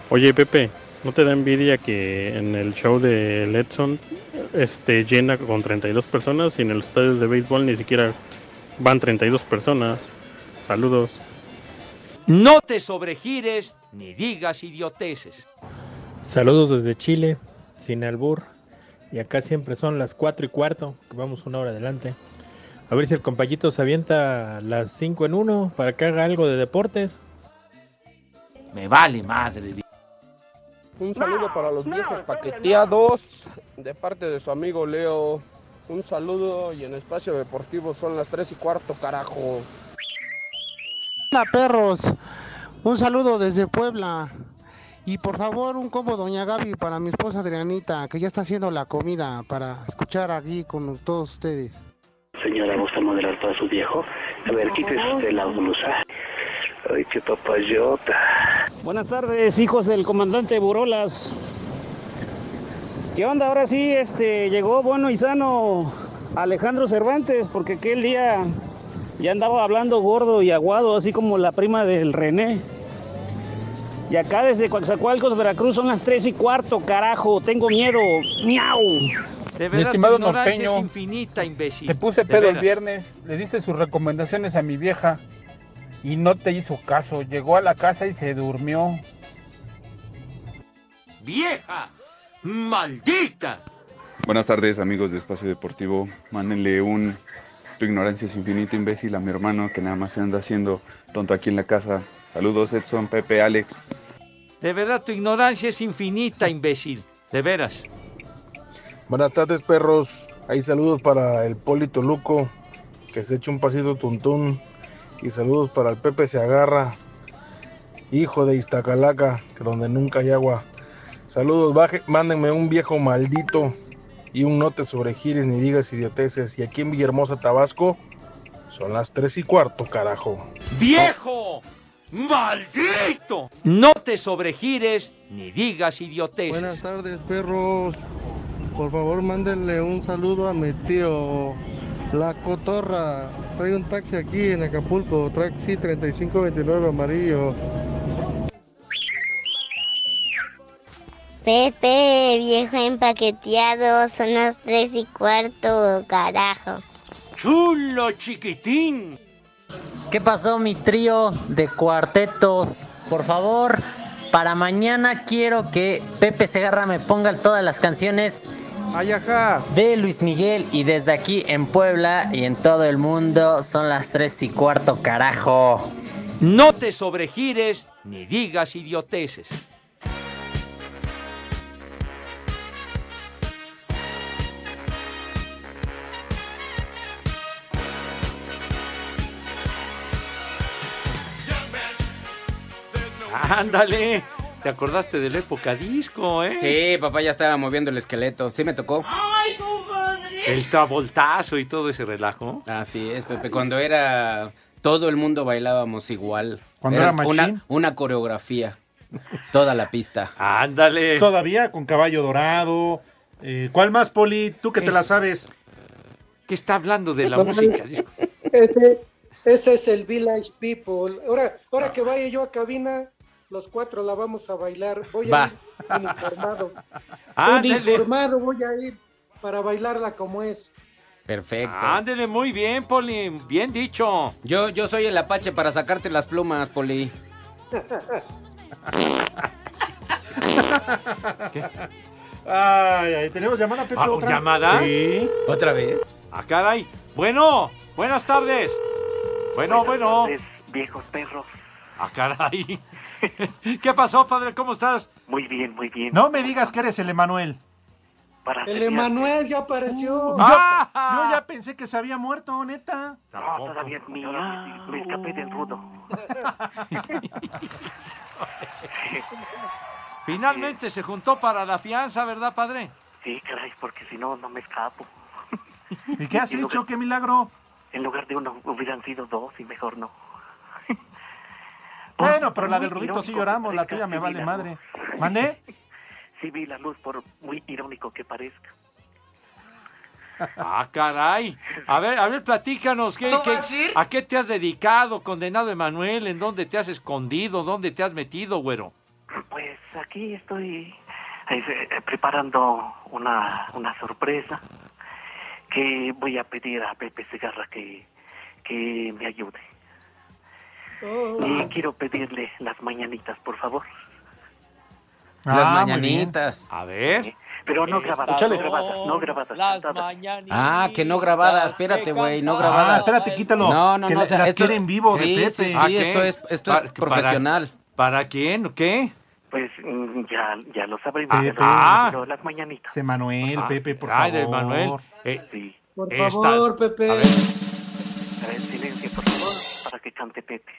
S7: Oye, Pepe, ¿no te da envidia que en el show de Letson este, llena con 32 personas y en el estadio de béisbol ni siquiera van 32 personas? Saludos.
S10: No te sobregires ni digas idioteces.
S9: Saludos desde Chile, sin albur. Y acá siempre son las 4 y cuarto, que vamos una hora adelante. A ver si el compañito se avienta las 5 en 1 para que haga algo de deportes.
S10: Me vale madre. di-
S27: Un saludo para los viejos paqueteados de parte de su amigo Leo. Un saludo y en espacio deportivo son las 3 y cuarto, carajo.
S28: Hola perros, un saludo desde Puebla y por favor un combo doña Gaby para mi esposa Adrianita que ya está haciendo la comida para escuchar aquí con todos ustedes.
S29: Señora, ¿gusta moderar para su viejo? A ver, quítese usted la blusa. Ay, qué papayota.
S30: Buenas tardes, hijos del comandante Burolas. ¿Qué onda? Ahora sí, este, llegó bueno y sano Alejandro Cervantes, porque aquel día ya andaba hablando gordo y aguado, así como la prima del René. Y acá desde Coaxacualcos, Veracruz, son las tres y cuarto, carajo, tengo miedo. ¡Miau!
S10: De
S31: Mi
S10: verdad,
S31: estimado
S10: tu ignorancia
S31: norteño,
S10: es infinita, imbécil.
S31: Te puse
S10: De
S31: pedo el
S10: veras.
S31: viernes, le dice sus recomendaciones a mi vieja y no te hizo caso. Llegó a la casa y se durmió.
S10: ¡Vieja! ¡Maldita!
S30: Buenas tardes amigos de Espacio Deportivo. Mándenle un tu ignorancia es infinita imbécil a mi hermano que nada más se anda haciendo tonto aquí en la casa. Saludos Edson, Pepe, Alex.
S10: De verdad, tu ignorancia es infinita, imbécil. De veras.
S32: Buenas tardes, perros. Hay saludos para el Polito Luco, que se echa un pasito tuntún. Y saludos para el Pepe Se Agarra, hijo de Iztacalaca, que donde nunca hay agua. Saludos, baje, mándenme un viejo maldito y un no te sobregires ni digas idioteces. Y aquí en Villahermosa, Tabasco, son las 3 y cuarto, carajo.
S10: ¡Viejo! ¡Maldito! No te sobregires ni digas idioteces.
S28: Buenas tardes perros, por favor mándenle un saludo a mi tío La Cotorra, trae un taxi aquí en Acapulco, taxi 3529 amarillo.
S4: Pepe, viejo empaqueteado, son las tres y cuarto, carajo.
S10: ¡Chulo, chiquitín!
S33: ¿Qué pasó mi trío de cuartetos? Por favor, para mañana quiero que Pepe Segarra me ponga todas las canciones de Luis Miguel y desde aquí en Puebla y en todo el mundo son las 3 y cuarto carajo.
S10: No te sobregires ni digas idioteces. Ándale. ¿Te acordaste de la época disco, eh?
S11: Sí, papá ya estaba moviendo el esqueleto. Sí me tocó.
S10: ¡Ay, compadre! El travoltazo y todo ese relajo.
S11: Así es, Pepe. Cuando era. Todo el mundo bailábamos igual.
S10: Cuando era machín.
S11: una, una coreografía. Toda la pista.
S10: Ándale.
S13: Todavía con caballo dorado. Eh, ¿Cuál más, Poli? Tú que te la sabes.
S10: Eh. ¿Qué está hablando de la
S8: Bueno,
S10: música?
S8: Ese, ese es el Village People. Ahora, ahora que vaya yo a cabina, los cuatro la vamos a bailar. Voy
S10: Va.
S8: a ir uniformado.
S10: Ándale.
S8: Uniformado voy a ir para bailarla como es.
S11: Perfecto.
S10: Ándele muy bien, Poli. Bien dicho.
S11: Yo, yo soy el apache para sacarte las plumas, Poli.
S13: Ah, Ay, ay, tenemos llamada, Pepe.
S10: Ah,
S13: otra?
S10: ¿Llamada?
S13: Sí.
S11: ¿Otra vez?
S10: Ah, caray. Bueno, buenas tardes. Bueno, bueno.
S29: viejos perros.
S10: Ah, caray. ¿Qué pasó, padre? ¿Cómo estás?
S29: Muy bien, muy bien.
S13: No me digas que eres el Emanuel.
S29: Para
S8: El
S29: serias-
S8: Emanuel ya apareció.
S13: Yo,
S11: Ah.
S10: Ah.
S13: yo ya pensé que se había muerto, neta.
S29: No, todavía es mío. Me escapé del rudo.
S10: Finalmente se juntó para la fianza, ¿verdad, padre?
S29: Sí, caray, porque si no, no me escapo.
S13: ¿Y qué has
S29: En lugar-
S13: hecho? ¡Qué milagro!
S29: En lugar de uno, hubieran sido dos y mejor no.
S13: Bueno, pero la
S29: muy
S13: del Rudito sí
S29: irónico,
S13: lloramos, la
S29: parezca,
S13: tuya me
S29: sí,
S13: vale
S29: la
S13: madre. ¿Mandé?
S29: Sí vi la luz, por muy irónico que parezca.
S10: Ah, caray. A ver, a ver, platícanos. ¿qué, qué- ¿A qué te has dedicado, condenado Emanuel? ¿En dónde te has escondido? ¿Dónde te has metido, güero?
S29: Pues aquí estoy eh, eh, preparando una, una sorpresa que voy a pedir a Pepe Segarra que, que me ayude. Y quiero pedirle las mañanitas, por favor.
S11: las
S29: Ah, muy
S11: mañanitas.
S10: A ver.
S29: Pero no grabadas, no
S11: Échale.
S29: grabadas, no grabadas. cantadas.
S11: Ah, que no grabadas, espérate, güey, no
S13: Ah,
S11: grabadas.
S13: espérate, quítalo.
S11: No, no,
S13: que
S11: no,
S13: la-
S11: o sea,
S13: las
S11: esto-
S13: quieren vivo de
S11: sí,
S13: Pepe.
S11: sí, sí,
S13: Ah, ¿qué?
S11: esto es, esto es
S10: para-
S11: profesional.
S10: ¿Para quién? ¿Qué?
S29: Pues mm, ya, ya lo sabremos.
S13: Pepe.
S29: ya lo sabremos, pero las mañanitas.
S13: Es Emanuel,
S29: Ah,
S13: Pepe, por
S10: ay,
S13: favor.
S10: de Emanuel. Eh,
S29: Sí.
S8: Por
S10: Estas-
S8: favor, Pepe.
S10: a ver.
S29: A ver, silencio, por favor, para que cante Pepe.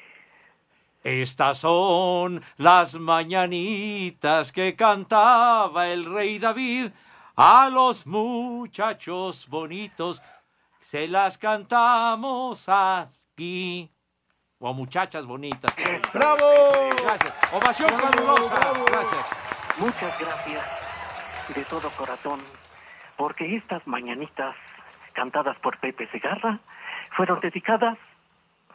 S10: Estas son las mañanitas que cantaba el rey David a los muchachos bonitos. Se las cantamos aquí. O a muchachas bonitas. sí, señor. Gracias. Ovación calurosa. Gracias.
S29: Muchas gracias de todo corazón, porque estas mañanitas cantadas por Pepe Segarra fueron dedicadas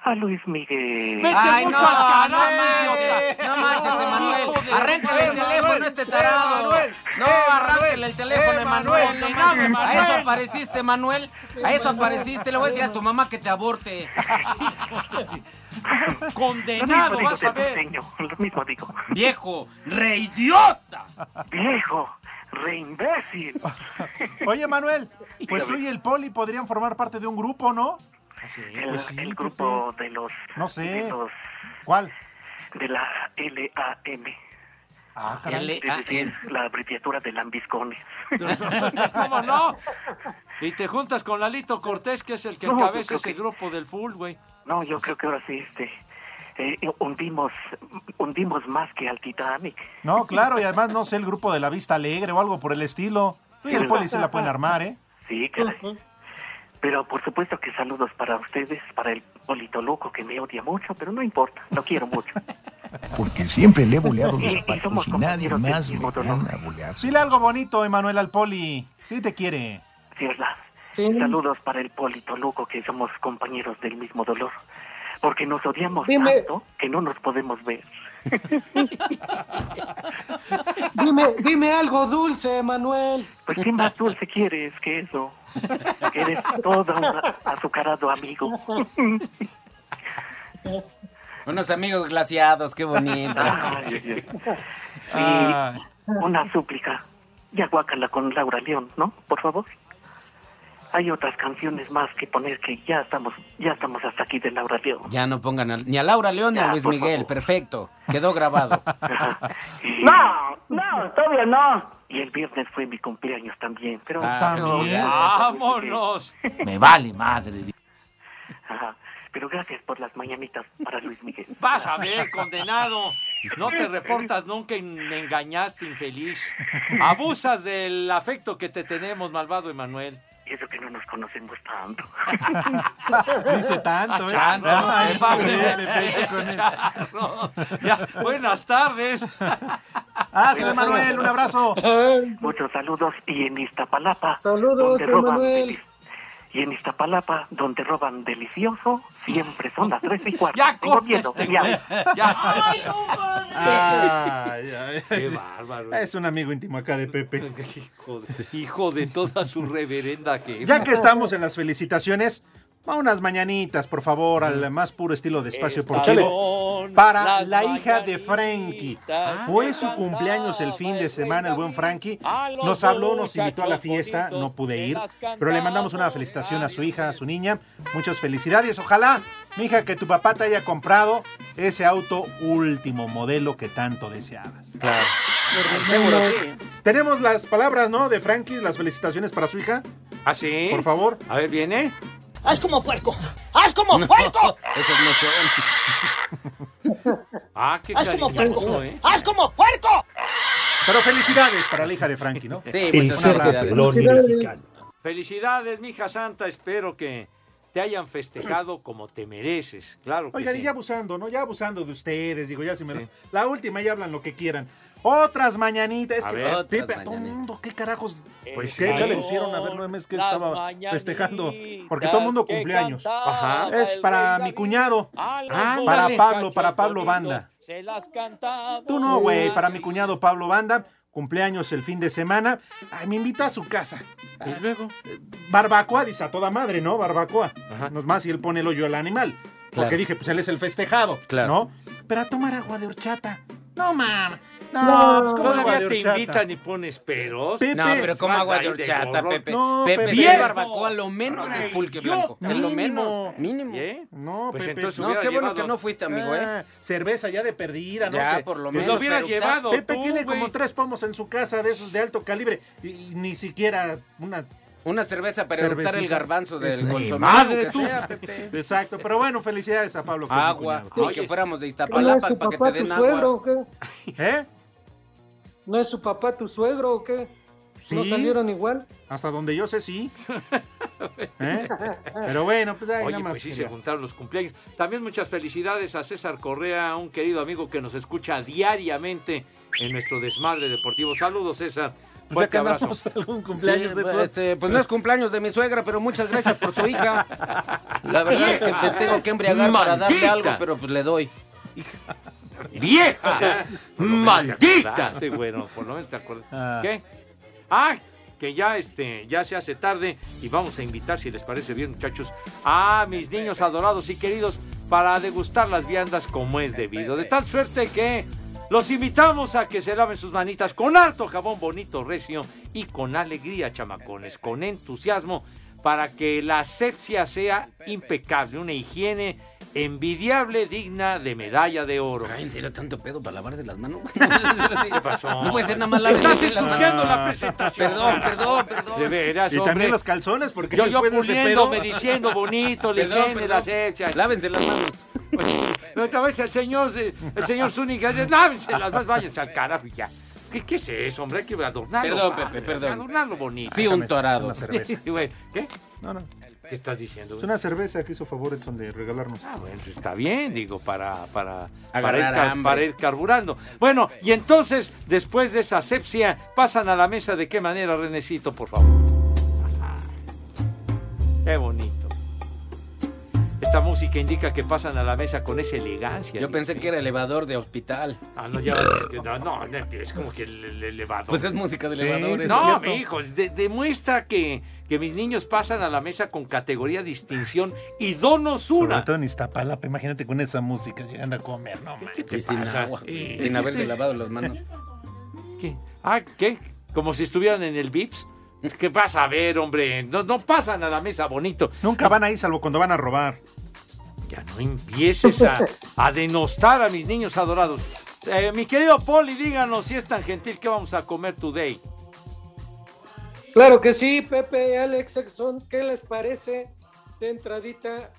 S29: a Luis Miguel.
S11: Vete Ay, mucho no, al carajo, no idiota. manches, no manches, Emanuel.
S29: Hijo de-
S11: Arráncale el teléfono a este tarado. No, arráncale el teléfono, Emanuel. No manches. A eso apareciste, Emanuel. A eso apareciste. Le voy a decir a tu mamá que te aborte.
S29: Lo mismo
S10: Condenado,
S29: digo
S10: vas
S29: del
S10: a ver.
S29: norteño, Lo mismo digo.
S11: Viejo, reidiota.
S29: Viejo, re imbécil.
S13: Oye, Emanuel, pues tú y el Poli podrían formar parte de un grupo, ¿no?
S29: El,
S13: pues sí,
S29: el grupo de los...
S13: No sé.
S29: De, los-
S13: ¿Cuál?
S29: de la LAM.
S13: Ah,
S29: Es decir, la abreviatura de Lambiscones.
S10: ¿Cómo no? Y te juntas con Lalito Cortés, que es el que
S29: No, yo
S10: encabeza
S29: creo
S10: ese
S29: que-
S10: grupo del full, güey.
S29: No, yo creo que ahora sí, este, eh, hundimos, hundimos más que al Titanic.
S13: No, claro, y además no sé, el grupo de la vista alegre o algo por el estilo. Tú y el Poli sí la pueden armar, ¿eh?
S29: Sí, caray. Pero por supuesto que saludos para ustedes, para el Polito Loco que me odia mucho, pero no importa, lo quiero mucho.
S12: Porque siempre le he boleado los
S29: Y- y
S12: zapatos
S29: somos
S12: y nadie
S29: compañeros del
S12: más me
S29: mismo
S12: gana a bolear.
S13: Dile algo bonito, Emanuel, al Poli. Sí te quiere.
S29: Sí, ¿verdad? Saludos para el Polito Loco que somos compañeros del mismo dolor. Porque nos odiamos
S8: Dime.
S29: tanto que no nos podemos ver.
S8: Dime, dime algo dulce, Emanuel.
S29: Pues qué más dulce quieres que eso. Eres todo un azucarado amigo.
S11: Unos amigos glaciados, qué bonito.
S29: Ay,
S11: Ah.
S29: Y una súplica. Ya guácala con Laura León, ¿no? Por favor. Hay otras canciones más que poner que ya estamos, ya estamos hasta aquí de Laura León.
S11: Ya no pongan a- ni a Laura León ni a
S29: Ya,
S11: Luis
S29: por
S11: Miguel. Perfecto. Quedó grabado.
S29: No, no, todavía no. Y el viernes fue mi cumpleaños también, pero
S11: Ah, felicidades.
S10: ¡Vámonos!
S11: Me vale madre.
S29: Ajá. Pero gracias por las mañanitas para Luis Miguel.
S10: Vas a ver, condenado. No te reportas nunca y me engañaste, infeliz. Abusas del afecto que te tenemos, malvado Emanuel.
S29: Eso que no nos conocemos tanto.
S13: Dice tanto, ¿eh?
S10: Tanto,
S13: Ay,
S10: me pasé
S13: Pepe,
S10: de-
S13: Pepe, con él.
S10: Charro. Ya, buenas tardes.
S13: Hazle, Ah, Manuel, un abrazo.
S29: Muchos saludos y en Iztapalapa.
S8: Saludos,
S29: donde roban
S8: Emanuel.
S29: deli- Y en Iztapalapa, donde roban delicioso, siempre son las tres y cuarto.
S10: Ya
S29: Tengo
S10: corta
S29: miedo,
S10: este
S29: ya.
S10: güey. Ya. Ay, no
S13: Ay, ay,
S10: Qué
S13: sí.
S10: bárbaro.
S13: Es un amigo íntimo acá de Pepe.
S10: Hijo de, hijo de toda su reverenda que...
S13: Ya que estamos en las felicitaciones, a unas mañanitas, por favor, al más puro estilo de espacio por
S10: Échale.
S13: Para la hija de Frankie. Fue su cumpleaños el fin de semana, el buen Frankie. Nos habló, nos invitó a la fiesta, no pude ir, pero le mandamos una felicitación a su hija, a su niña. Muchas felicidades. Ojalá, mi hija, que tu papá te haya comprado ese auto último modelo que tanto deseabas.
S10: Claro.
S13: Seguro sí. Tenemos las palabras, ¿no? De Frankie, las felicitaciones para su hija.
S10: ¿Ah, sí?
S13: Por favor.
S10: A ver, viene.
S14: ¡Haz como puerco! ¡Haz como puerco!
S10: Esas no son. Ah, qué
S14: ¡Haz como
S10: cariñoso,
S14: puerco!
S10: ¿eh?
S14: ¡Haz como puerco!
S13: Pero felicidades para la hija de Frankie, ¿no?
S14: Sí,
S13: Un
S14: muchas
S13: abrazo.
S14: felicidades.
S10: Felicidades, mija santa. Espero que te hayan festejado como te mereces. Claro que
S13: Oigan,
S10: sí.
S13: y ya abusando, ¿no? Ya abusando de ustedes, digo, ya si me lo- La última, ya hablan lo que quieran. Otras mañanitas, es
S10: A
S13: que
S10: ver. Otras Eh,
S13: Pepe, a todo el mundo, ¿qué carajos? Pues
S10: claro.
S13: qué le hicieron a ver, no es que
S10: Las
S13: estaba festejando, porque todo el mundo cumpleaños.
S10: Ajá.
S13: Es para mi cuñado,
S10: Ah,
S13: Ah,
S10: Ándale.
S13: para Pablo, para Pablo Banda. Tú no, güey, para mi cuñado Pablo Banda, cumpleaños el fin de semana. Ay, me invitó a su casa.
S11: Pues
S13: Eh,
S10: ¿Y luego?
S13: Barbacoa, dice a toda madre, ¿no? Barbacoa. Nomás si él pone el hoyo al animal.
S10: Claro.
S13: Porque dije, pues él es el festejado, ¿no? Pero a tomar agua de horchata. No, mames. No, pues, ¿cómo agua de
S10: todavía te
S13: horchata?
S10: invitan y pones peros.
S13: Pepe, No, pero
S11: ¿cómo
S10: Vas
S11: agua de
S10: ahí
S11: horchata,
S10: gorro.
S11: Pepe?
S10: No,
S11: Pepe, si
S10: Bien.
S11: es barbacoa, lo menos es pulque blanco. Es lo menos. Mínimo.
S13: No,
S11: Pues
S13: Pepe,
S11: entonces
S13: tú-
S11: No, hubiera qué bueno llevado- que no fuiste, amigo, ¿eh?
S13: Ah, cerveza ya de perdida, ¿no?
S11: Ya,
S13: Que-
S11: por lo
S13: que-
S11: menos, Pues lo hubieras pero- llevado
S13: Pepe
S11: tú,
S13: tiene
S11: güey.
S13: como tres pomos en su casa de esos de alto calibre y, y ni siquiera una.
S11: Una cerveza para eructar el garbanzo del
S13: Eso.
S11: consomé,
S13: ¡Ni madre
S11: aunque
S13: tú!
S11: sea, Pepe.
S13: Exacto, pero bueno, felicidades a Pablo. por
S11: Agua.
S13: su
S11: Ni
S13: cuñado.
S11: que fuéramos de
S8: ¿No es
S11: Iztapalapa
S8: su
S11: para que
S8: papá
S11: te
S8: tu
S11: den
S8: suegro
S11: agua.
S8: o qué?
S13: ¿Eh?
S8: ¿No es su papá tu suegro o qué? ¿No
S13: Sí.
S8: salieron igual?
S13: Hasta donde yo sé, sí. ¿Eh? Pero bueno, pues ahí
S10: Oye,
S13: nada más.
S10: pues sí, se
S13: quería.
S10: juntaron los cumpleaños. También muchas felicidades a César Correa, un querido amigo que nos escucha diariamente en nuestro desmadre deportivo. Saludos, César. Fuerte abrazo.
S13: algún
S10: pues cumpleaños de
S11: pues,
S10: todos.
S11: este, pues no es cumpleaños de mi suegra, pero muchas gracias por su hija. La verdad es que me tengo que embriagar para darle
S10: Maldita.
S11: algo, pero pues le doy.
S10: ¡Vieja!
S11: ¡Maldita!
S10: Acordaste, ah, bueno, por lo menos te acuerdas.
S11: Ah.
S10: ¿Qué? ¡Ah! Que ya, este, ya se hace tarde y vamos a invitar, si les parece bien, muchachos, a mis niños adorados y queridos para degustar las viandas como es debido. De tal suerte que los invitamos a que se laven sus manitas con harto jabón bonito, recio y con alegría, chamacones, con entusiasmo, para que la asepsia sea impecable, una higiene envidiable, digna de medalla de oro.
S11: Ay, ¿en serio tanto pedo para lavarse las manos?
S10: ¿Qué pasó?
S11: No puede ser nada más la
S10: Estás
S11: la-
S10: ensuciando la
S11: Ah.
S10: presentación.
S11: Perdón,
S10: carajo.
S11: perdón, perdón.
S10: De veras,
S13: Y
S10: hombre.
S13: también los calzones, porque
S10: yo, yo
S13: después de ese
S10: puliéndome,
S13: pedo-
S10: diciendo bonito, la
S13: Perdón,
S10: higiene,
S13: perdón.
S10: la asepsia.
S11: Lávense las manos.
S10: Pero otra vez el señor, se- el señor Zúñiga dice, lávense las manos, váyanse al carajo y ya. ¿Qué, ¿Qué es eso, hombre? Hay que adornarlo.
S11: Perdón,
S10: padre,
S11: Pepe,
S10: hay que
S11: perdón.
S10: Adornarlo bonito.
S11: Fui un torado.
S13: Una cerveza.
S10: Y bueno, ¿Qué?
S13: No, no.
S10: ¿Qué estás diciendo?
S13: Es
S10: güey?
S13: una cerveza que hizo favor Edson de regalarnos. Ah,
S10: bueno, pues, Está bien, digo, para, para, para, ir,
S11: Agarrar
S10: car-
S11: hambre.
S10: para ir carburando. Bueno, y entonces, después de esa asepsia, pasan a la mesa. ¿De qué manera, Renecito, por favor? Ajá. Qué bonito. Esta música indica que pasan a la mesa con esa elegancia.
S11: Yo pensé que era elevador de hospital.
S10: Ah, no, ya vas a- no, no, no empieces como que el, el elevador.
S11: Pues es música de elevador, es
S10: no,
S11: cierto.
S10: mi hijo, de- demuestra que, que mis niños pasan a la mesa con categoría, distinción y
S13: Sobre
S10: donosura.
S13: todo en Iztapalapa, imagínate con esa música llegando a comer, no manches.
S10: te Y sin pasa? agua, Sí.
S11: Sin haberse lavado las manos.
S10: ¿Qué? Ah, ¿qué? Como si estuvieran en el VIPS. ¿Qué pasa? A ver, hombre, no, no pasan a la mesa bonito.
S13: Nunca van ahí salvo cuando van a robar.
S10: Ya no empieces a, a denostar a mis niños adorados. Eh, mi querido Poli, díganos si es tan gentil que vamos a comer today.
S8: Claro que sí, Pepe, Alex, Exxon, ¿qué les parece de entradita,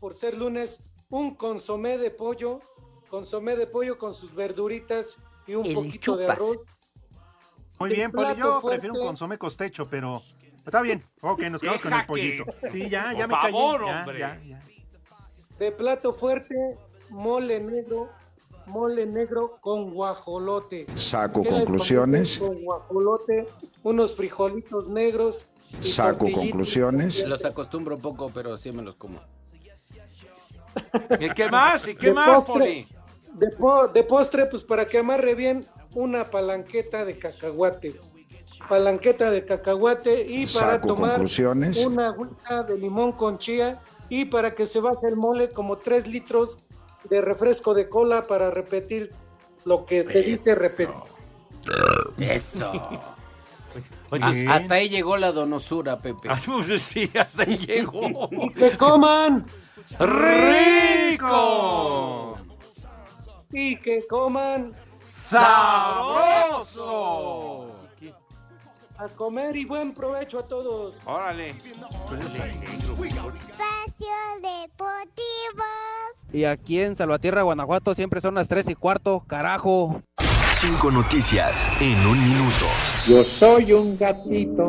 S8: por ser lunes, un consomé de pollo consomé de pollo con sus verduritas y un
S1: El
S8: poquito de
S1: chupas.
S8: arroz.
S13: Muy bien,
S8: Poli,
S13: Poli. Yo prefiero un consome costecho, pero está bien. Ok, nos quedamos con el
S8: Deja
S13: pollito.
S8: que-
S13: Sí, ya,
S8: Por
S13: ya me callé.
S8: favor,
S13: ya,
S8: hombre.
S13: ya, ya.
S8: De plato fuerte, mole negro, mole negro con guajolote.
S12: Saco
S8: ¿Qué les
S12: conclusiones.
S8: parece Con guajolote, unos frijolitos negros. y
S12: Saco
S8: tortillitas.
S12: conclusiones.
S11: Los acostumbro poco, pero sí me los como.
S10: ¿Y qué más? ¿Y qué
S8: De
S10: más,
S8: postre.
S10: Poli?
S8: De, po- de postre, pues para que amarre bien, una palanqueta de cacahuate. Palanqueta de cacahuate y para
S12: Saco
S8: tomar
S12: conclusiones.
S8: una agüita de limón con chía y para que se baje el mole como tres litros de refresco de cola para repetir lo que se dice repetir.
S11: Eso.
S8: Oye,
S11: Ah,
S8: sí.
S11: hasta ahí llegó la donosura, Pepe.
S10: sí, hasta ahí llegó.
S8: ¡Que coman!
S10: ¡Rico!
S8: Y que coman
S10: ¡Sabroso!
S8: a comer y buen provecho a todos.
S10: Órale.
S4: Espacio Deportivo.
S15: Y aquí en Salvatierra, Guanajuato, siempre son las 3 y cuarto, carajo.
S16: Cinco noticias en un minuto.
S17: Yo soy un gatito,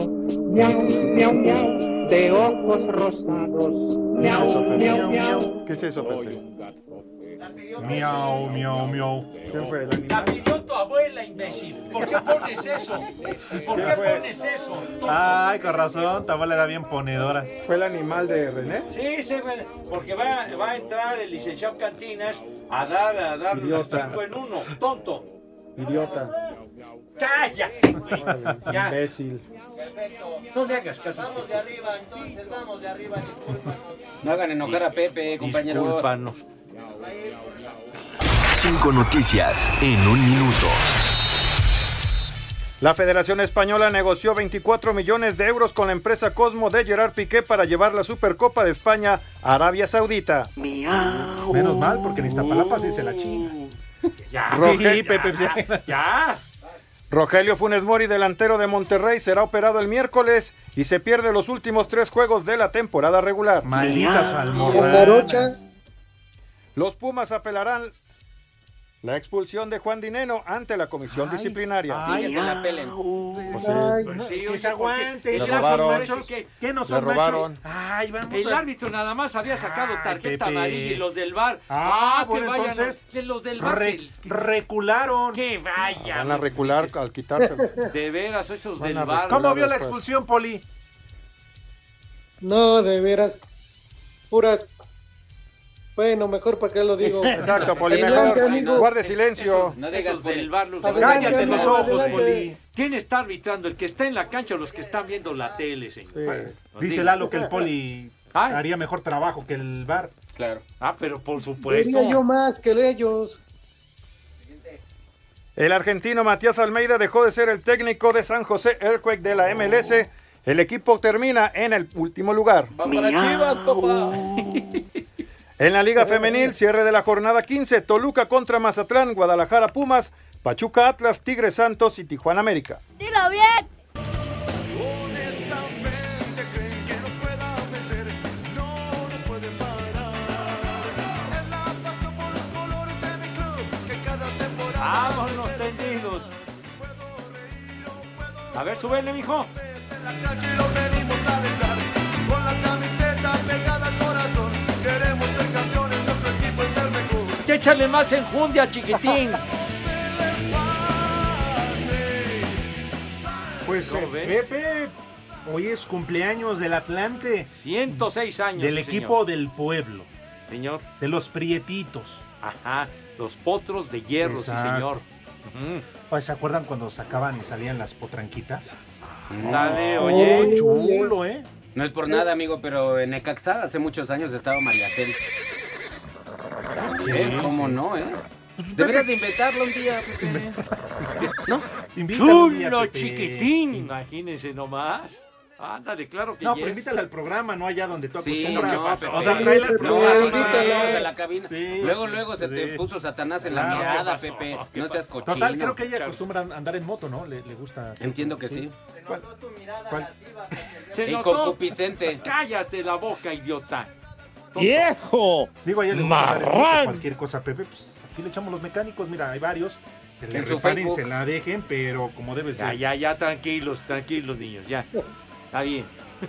S17: miau, miau, miau, de ojos rosados, miau, miau, miau.
S13: ¿Qué es eso, Pepe? Miau, miau, miau. ¿Quién fue? ¿El
S10: La pidió tu abuela, imbécil. ¿Por qué pones eso? ¿Por qué pones eso?
S13: Ay, con razón, tu abuela era bien ponedora.
S18: ¿Fue el animal de
S13: ¿Eh?
S18: René?
S10: Sí, se re- porque va, va a entrar el licenciado Cantinas a dar a dar
S18: Idiota.
S10: 5 en 1, tonto.
S18: Idiota,
S10: ¡Calla! Ya.
S18: imbécil.
S10: No le hagas caso. este Vamos de
S19: arriba, entonces, vamos de arriba,
S11: No hagan enojar a Pepe, eh, compañeros.
S10: Discúlpanos.
S16: Cinco noticias en un minuto.
S18: La Federación Española negoció 24 millones de euros con la empresa Cosmo de Gerard Piqué para llevar la Supercopa de España a Arabia Saudita.
S13: Menos mal, porque en Iztapalapa sí se la chinga. Ya,
S18: Roger,
S13: sí, Pepe. Ya.
S18: Rogelio Funes Mori, delantero de Monterrey, será operado el miércoles y se pierde los últimos tres juegos de la temporada regular.
S13: Malditas almorranas.
S18: almorranas. Los Pumas apelarán la expulsión de Juan Dineno ante la comisión disciplinaria.
S11: Sí, que se la pelen.
S18: Pues sí.
S10: Pues sí,
S13: que
S10: oye,
S13: se aguante,
S10: porque
S18: le
S10: el árbitro
S18: robaron.
S10: parece que-
S13: ¿Qué no
S18: Le
S13: son
S18: robaron.
S13: machos? Ay, vamos
S10: El
S13: a-
S10: árbitro nada más había sacado tarjeta
S13: Pepe.
S10: amarilla y los del bar.
S18: Ah,
S10: que
S18: bueno,
S10: vayan a-
S18: entonces,
S10: que los del bar
S18: re-
S10: se-
S13: recularon.
S10: Que vayan.
S18: Van a recular al quitárselo.
S10: De veras, esos
S18: Van
S10: del
S18: a
S10: bar.
S18: ¿Cómo vio la
S13: expulsión, Poli?
S8: No, de veras, puras. Bueno, mejor para qué lo digo.
S18: Exacto, Poli,
S8: Adelante,
S18: mejor
S8: amigo.
S18: guarde silencio.
S10: Esos del bar, los
S8: Adelante,
S10: Cállate
S8: amigo,
S10: los ojos,
S8: adelante.
S10: Poli. ¿Quién está arbitrando? ¿El que está en la cancha o los que están viendo la tele, señor? Nos
S13: Dice
S10: digo.
S13: Lalo que el Poli
S10: Ay.
S13: haría mejor trabajo que el bar.
S11: Claro.
S10: Ah, pero por supuesto.
S8: Diría yo más que ellos.
S18: El argentino Matías Almeida dejó de ser el técnico de San José Earthquake de la MLS. El equipo termina en el último lugar. En la Liga Femenil, cierre de la jornada 15, Toluca contra Mazatlán, Guadalajara Pumas, Pachuca Atlas, Tigres Santos y Tijuana América.
S20: Dilo bien.
S10: Vámonos tendidos. A ver, súbele, mijo. Échale más enjundia, chiquitín.
S13: Pues eh, Pepe, hoy es cumpleaños del Atlante.
S10: 106 años.
S13: Del
S10: sí,
S13: equipo
S10: señor.
S13: del pueblo.
S10: Señor.
S13: De los prietitos.
S10: Ajá, los potros de hierro, sí,
S13: Exacto.
S10: señor.
S13: Ay, ¿Se acuerdan cuando sacaban y salían las potranquitas?
S11: Dale,
S13: Oh,
S11: oye.
S13: chulo, ¿eh?
S11: No es por nada, amigo, pero en Necaxa hace muchos años estaba María Cel. También, ¿Cómo no, eh?
S8: Pues,
S11: Deberías de inventarlo un día, Pepe. ¿No?
S10: Chulo, chiquitín. Imagínense nomás. Ándale, claro que
S13: No,
S10: yes.
S13: pero invítala al programa, no allá donde tú
S11: Sí,
S13: acostumbras.
S11: no,
S13: O
S11: Pepe.
S13: sea, tráela al
S11: No,
S13: programa.
S11: aquí nos fuimos de la cabina.
S13: Sí,
S11: luego,
S13: sí,
S11: luego se te
S13: sí.
S11: puso Satanás en la
S13: Claro.
S11: mirada,
S13: ¿Qué pasó?
S11: Pepe.
S13: ¿Qué
S11: No seas
S13: pasó?
S11: cochino.
S13: Total, creo que ella acostumbra a andar en moto, ¿no? Le, le gusta.
S11: Entiendo que sí.
S13: ¿Cuál? ¿Cuál?
S10: Se
S11: Y
S10: notó.
S11: concupiscente.
S10: Cállate la boca, idiota.
S13: ¡Viejo! Digo, a ella le gusta andar en moto, cualquier cosa, Pepe. pues, Aquí le echamos los mecánicos, mira, hay varios. Que le
S10: En su
S13: reparen,
S10: Facebook.
S13: se la dejen, pero como debe
S10: Ya,
S13: ser.
S10: ya, ya, tranquilos, tranquilos, niños, ya. Está bien.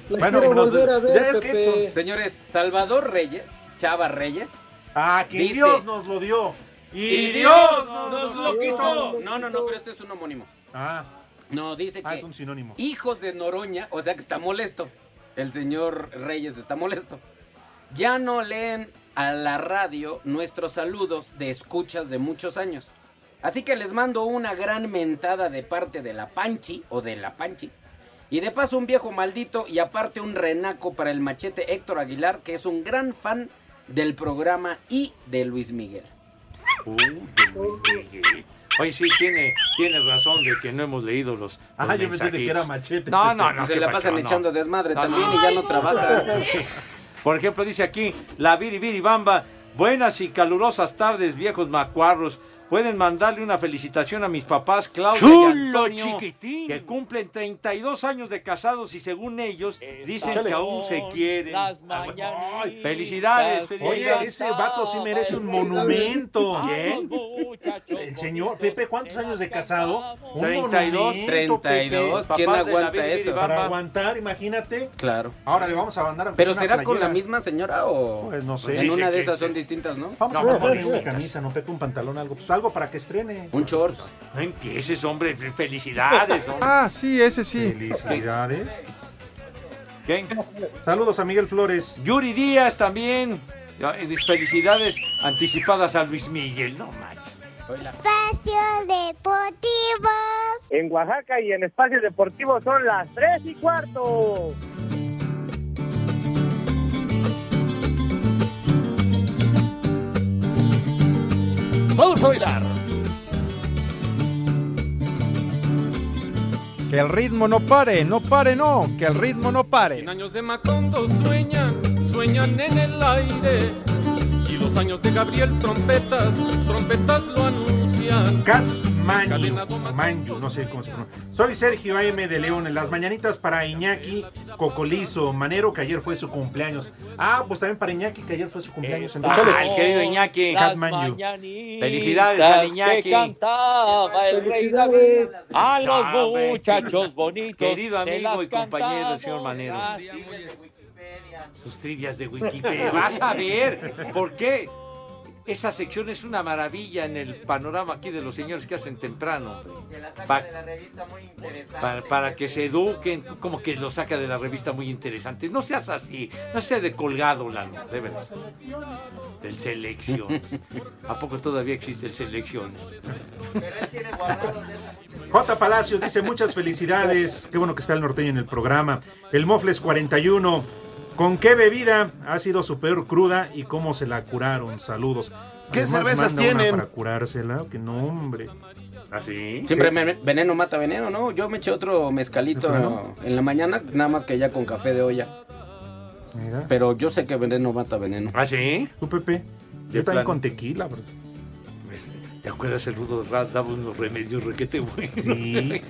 S13: Bueno, quiero nos- volver a ver,
S11: Ya es que, señores, Salvador Reyes, Chava Reyes.
S13: Ah,
S11: que
S13: Dios nos lo dio.
S11: Y Dios nos lo quitó. No, no, no, pero este es un homónimo.
S13: Ah.
S11: No, dice
S13: Ah,
S11: que
S13: es un sinónimo.
S11: hijos de Noroña, o sea que está molesto. El señor Reyes está molesto. Ya no leen a la radio nuestros saludos de escuchas de muchos años. Así que les mando una gran mentada de parte de la Panchi o de la Panchi. Y de paso un viejo maldito y aparte un renaco para el machete Héctor Aguilar, que es un gran fan del programa y de Luis Miguel.
S10: Uh. Oye, sí, tiene, tiene razón de que no hemos leído los.
S13: Ah,
S10: los
S13: yo pensé
S10: mensajitos.
S13: que era machete.
S10: No, no, no.
S11: Se
S10: qué
S11: la pasan
S10: pacho, no.
S11: echando desmadre
S10: No,
S11: también y ya no trabajan.
S10: Por ejemplo, dice aquí la biribiribamba, Buenas y calurosas tardes, viejos macuarros. Pueden mandarle una felicitación a mis papás, Claudia y Antonio, que cumplen 32 años de casados y según ellos dicen
S13: Échale.
S10: que aún se quieren. Ah, bueno. Ay, felicidades, felicidades.
S13: Oye, ese vato sí merece un monumento.
S10: ¿Quién?
S13: El señor Pepe, ¿cuántos años de casado? Un
S11: 32,
S13: monumento,
S11: 32,
S13: Pepe.
S11: ¿quién
S13: Papás de la
S11: aguanta
S13: Biri
S11: eso?
S13: Biri Para aguantar, imagínate.
S11: Claro.
S13: Ahora le vamos a mandar a
S11: Pero será con la misma señora o
S13: Pues no sé.
S11: en una de esas son distintas, ¿no?
S13: Vamos
S11: No,
S13: a poner
S11: pues,
S13: una camisa, no Pepe, un pantalón, algo. Pues algo para que estrene.
S11: Un shorts.
S10: No empieces, hombre. Felicidades, hombre.
S18: Ah, sí, ese sí.
S13: Felicidades.
S10: ¿Quién?
S13: Saludos a Miguel Flores.
S10: Yuri Díaz también. Eh, Felicidades anticipadas a Luis Miguel. No manches.
S4: Espacio Deportivo.
S2: En Oaxaca y en Espacio Deportivo son las 3 y cuarto.
S1: Vamos a bailar.
S18: Que el ritmo no pare, no pare, no, que el ritmo no pare.
S3: Cien años de Macondo sueñan, sueñan en el aire. Y los años de Gabriel trompetas, trompetas lo anuncian.
S13: Manju, o Manju, no sé cómo se pronuncia. Soy Sergio AM de León, en las mañanitas para Iñaki Cocolizo Manero, que ayer fue su cumpleaños. Ah, pues también para Iñaki, que ayer fue su cumpleaños.
S10: Ah, el querido Iñaki.
S13: Cat Manju.
S10: Felicidades al Iñaki.
S5: cantaba el rey David a los
S10: No, Ah, hombre.
S5: muchachos bonitos.
S10: Querido
S5: se
S10: amigo
S5: las
S10: y compañero,
S5: cantamos
S10: señor Manero.
S5: así.
S10: Sus trivias de Wikipedia. Vas a ver por qué esa sección es una maravilla en el panorama aquí de los señores que hacen temprano. hombre. Pa- para, para que se eduquen, como que lo saca de la revista muy interesante. No seas así, no seas de colgado, Lalo, de veras. Del selección. ¿A poco todavía existe el selección?
S13: J. Palacios dice muchas felicidades. Qué bueno que está el norteño en el programa. El Mofles 41. ¿Con qué bebida ha sido su peor cruda y cómo se la curaron? Saludos.
S11: ¿Qué cervezas
S13: manda una
S11: tienen?
S13: Para curársela, que no, hombre.
S10: ¿Así?
S11: Siempre me- veneno mata veneno, ¿no? Yo me eché otro
S13: ¿Veneno?
S11: mezcalito en la mañana, nada más que ya con café de olla.
S13: Mira.
S11: Pero yo sé que veneno mata veneno.
S10: ¿Ah, sí?
S13: Tú, Pepe.
S11: De
S13: Yo también
S11: plano.
S13: con tequila, bro.
S10: ¿Te acuerdas el Rudo Rad daba unos remedios requete buenos?
S13: Sí.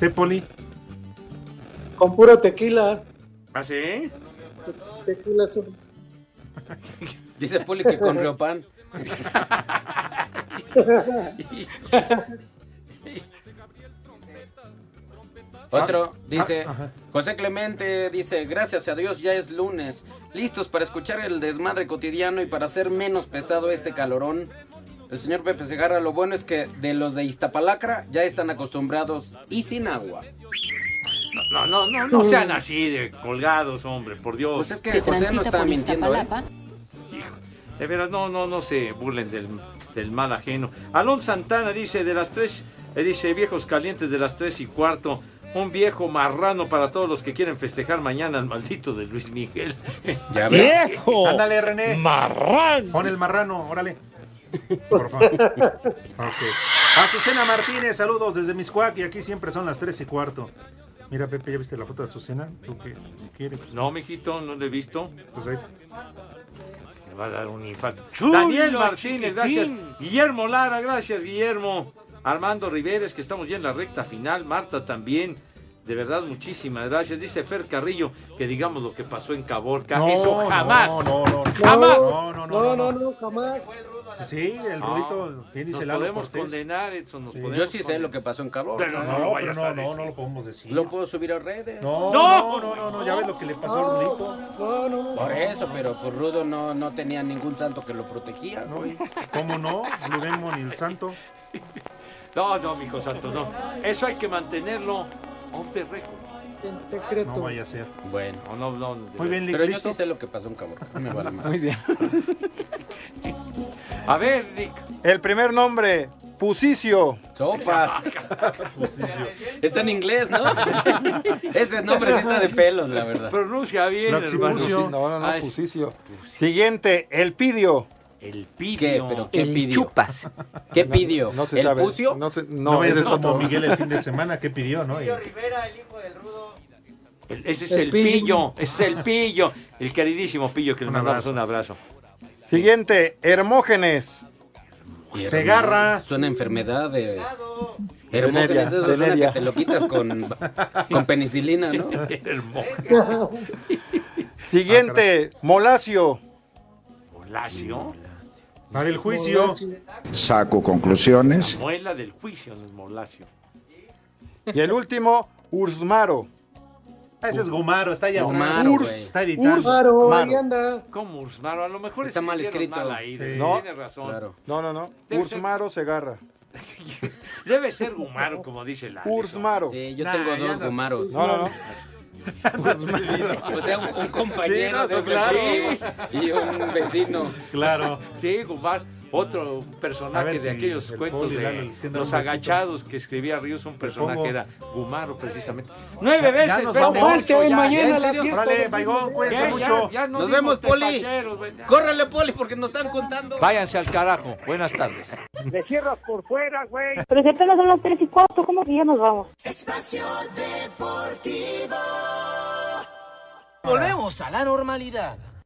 S13: Tepoli.
S8: Con puro tequila.
S10: ¿Ah, sí?
S8: Tequila sí.
S11: Dice Poli que con Riopan. Otro dice,
S13: Ah, ajá.
S11: José Clemente dice, gracias a Dios ya es lunes, listos para escuchar el desmadre cotidiano y para hacer menos pesado este calorón. El señor Pepe Segarra, lo bueno es que de los de Iztapalacra ya están acostumbrados y sin agua.
S10: No, no, no, no sean así de colgados, hombre, por Dios.
S11: Pues es que Que José no transita estaba por mintiendo, ¿eh?
S10: Hijo, de veras, no, no, no se burlen del, del mal ajeno. Alonso Santana dice de las tres, eh, dice viejos calientes de las tres y cuarto. Un viejo marrano para todos los que quieren festejar mañana al maldito de Luis Miguel.
S11: Ya
S13: ves. ¡Viejo! Ándale, René.
S10: Marrano.
S13: Pon el marrano, órale. Por favor. Ok. Azucena Martínez, saludos desde Miscuac y aquí siempre son las 3 y cuarto. Mira, Pepe, ¿ya viste la foto de Azucena? Tú que si quieres. pues,
S10: No, mijito, no lo he visto.
S13: Pues ahí.
S10: Me va a dar un infarto. Daniel Martínez, gracias. Guillermo Lara, gracias, Guillermo. Armando Riveres, que estamos ya en la recta final. Marta también. De verdad, muchísimas gracias. Dice Fer Carrillo que digamos lo que pasó en Caborca.
S13: No,
S10: Eso
S13: no,
S10: jamás.
S13: no, no, no.
S10: jamás.
S13: No, no, no, no,
S8: jamás.
S13: Sí, el
S10: No.
S13: rudito, ¿quién dice
S10: Nos
S13: Lalo
S10: podemos
S13: Cortés?
S10: condenar, Edson. Nos
S13: Sí.
S10: podemos
S11: Yo sí sé
S10: condenar.
S11: lo que pasó en Cabo.
S10: Pero no, lo vayas a decir.
S13: lo podemos decir.
S11: Lo puedo subir a redes.
S13: No,
S10: No.
S13: no, no, no, no, ya ves lo que le pasó al rudito.
S8: No, no,
S11: Por eso, pero pues Rudo no, no tenía ningún santo que lo protegía.
S13: ¿No? ¿Cómo no? Blue Demon y el santo.
S10: No, no, mijo santo, no. Eso hay que mantenerlo off the record.
S8: En secreto.
S13: No vaya a ser.
S11: Bueno.
S10: No, no, no. de
S13: Muy bien,
S10: verdad.
S11: Pero yo sí sé lo que pasó en Caborca. no me vale madre.
S18: Muy bien.
S10: A ver, Nick.
S18: El primer nombre, Pusicio.
S11: Sopas. Está en inglés, ¿no? Ese nombre sí está de pelos, la verdad.
S10: Pronuncia bien,
S18: No,
S10: hermano.
S18: Pusicio. No, no, no,
S10: Ay,
S18: Pusicio. Siguiente, el Pidio.
S10: El pidio.
S11: ¿Qué? ¿Pero qué pidió? chupas. ¿Qué pidió?
S18: No se
S11: ¿El
S18: sabe.
S11: pucio?
S18: No, se-
S13: No,
S18: no,
S13: ves
S18: ese es
S13: como
S18: otro.
S13: Miguel el fin de semana, ¿qué pidió, no? Y-
S10: El- ese es
S18: El
S10: el,
S18: pillo.
S10: pillo. ese es el pillo. El queridísimo pillo que le
S13: Un
S10: mandamos
S13: abrazo.
S10: un abrazo.
S18: Siguiente, Hermógenes.
S11: Hermógenes.
S18: Segarra.
S11: Suena a enfermedad de.
S18: Veneria,
S11: Hermógenes, eso suena que
S18: veneria.
S11: te lo quitas con, con penicilina, ¿no?
S18: Siguiente, Molacio.
S10: Molacio.
S13: La del juicio.
S6: Saco conclusiones.
S10: Muela del juicio, no es Molacio.
S18: Y el último, Ursmaro.
S13: Ah, Ese es Gomaro, está allá atrás.
S18: Gomaro,
S13: Urs,
S18: güey.
S13: está editando.
S18: Ursmaro, ahí
S8: anda.
S10: ¿Cómo Ursmaro? A lo mejor
S11: Está mal escrito.
S10: escribieron mal ahí,
S11: Sí.
S18: No.
S10: Tiene razón.
S11: Claro.
S18: No, no, no.
S10: Debe
S18: Ursmaro Segarra.
S10: Ah, Debe ser Gumaro, como dice la.
S18: Ursmaro.
S11: Sí, yo tengo dos gomaros.
S18: No, no, no.
S11: O sea, un, un compañero
S10: Sí, no,
S11: de
S10: claro.
S11: sí, y un vecino.
S13: Claro.
S10: Sí, Gumaro. Otro
S13: A
S10: personaje
S13: ver
S10: de
S13: si
S10: aquellos
S13: el
S10: cuentos
S13: poli dale,
S10: de
S13: les tiende
S10: Los
S13: un besito.
S10: Agachados que escribía Ríos, un personaje
S13: pongo.
S10: era Gumaro, precisamente. Nueve
S13: Ya-
S10: veces,
S13: ya nos
S10: vete,
S13: vamos.
S10: Poncho,
S13: Poncho,
S10: ya.
S13: mañana
S10: ¿En
S13: la
S10: serio?
S13: fiesta Órale, de- Baigón, cuídense
S10: Ya, ya,
S13: mucho.
S10: ya no
S11: Nos
S10: dimos
S11: vemos, Poli.
S10: tepacheros, güey, ya.
S11: Córrele, Poli, porque nos están contando.
S10: Váyanse al carajo. Buenas tardes.
S2: Le cierras por fuera, güey.
S7: Pero si apenas son las 3 y 4, ¿cómo que ya nos vamos?
S14: Espacio Deportivo. Volvemos a la normalidad.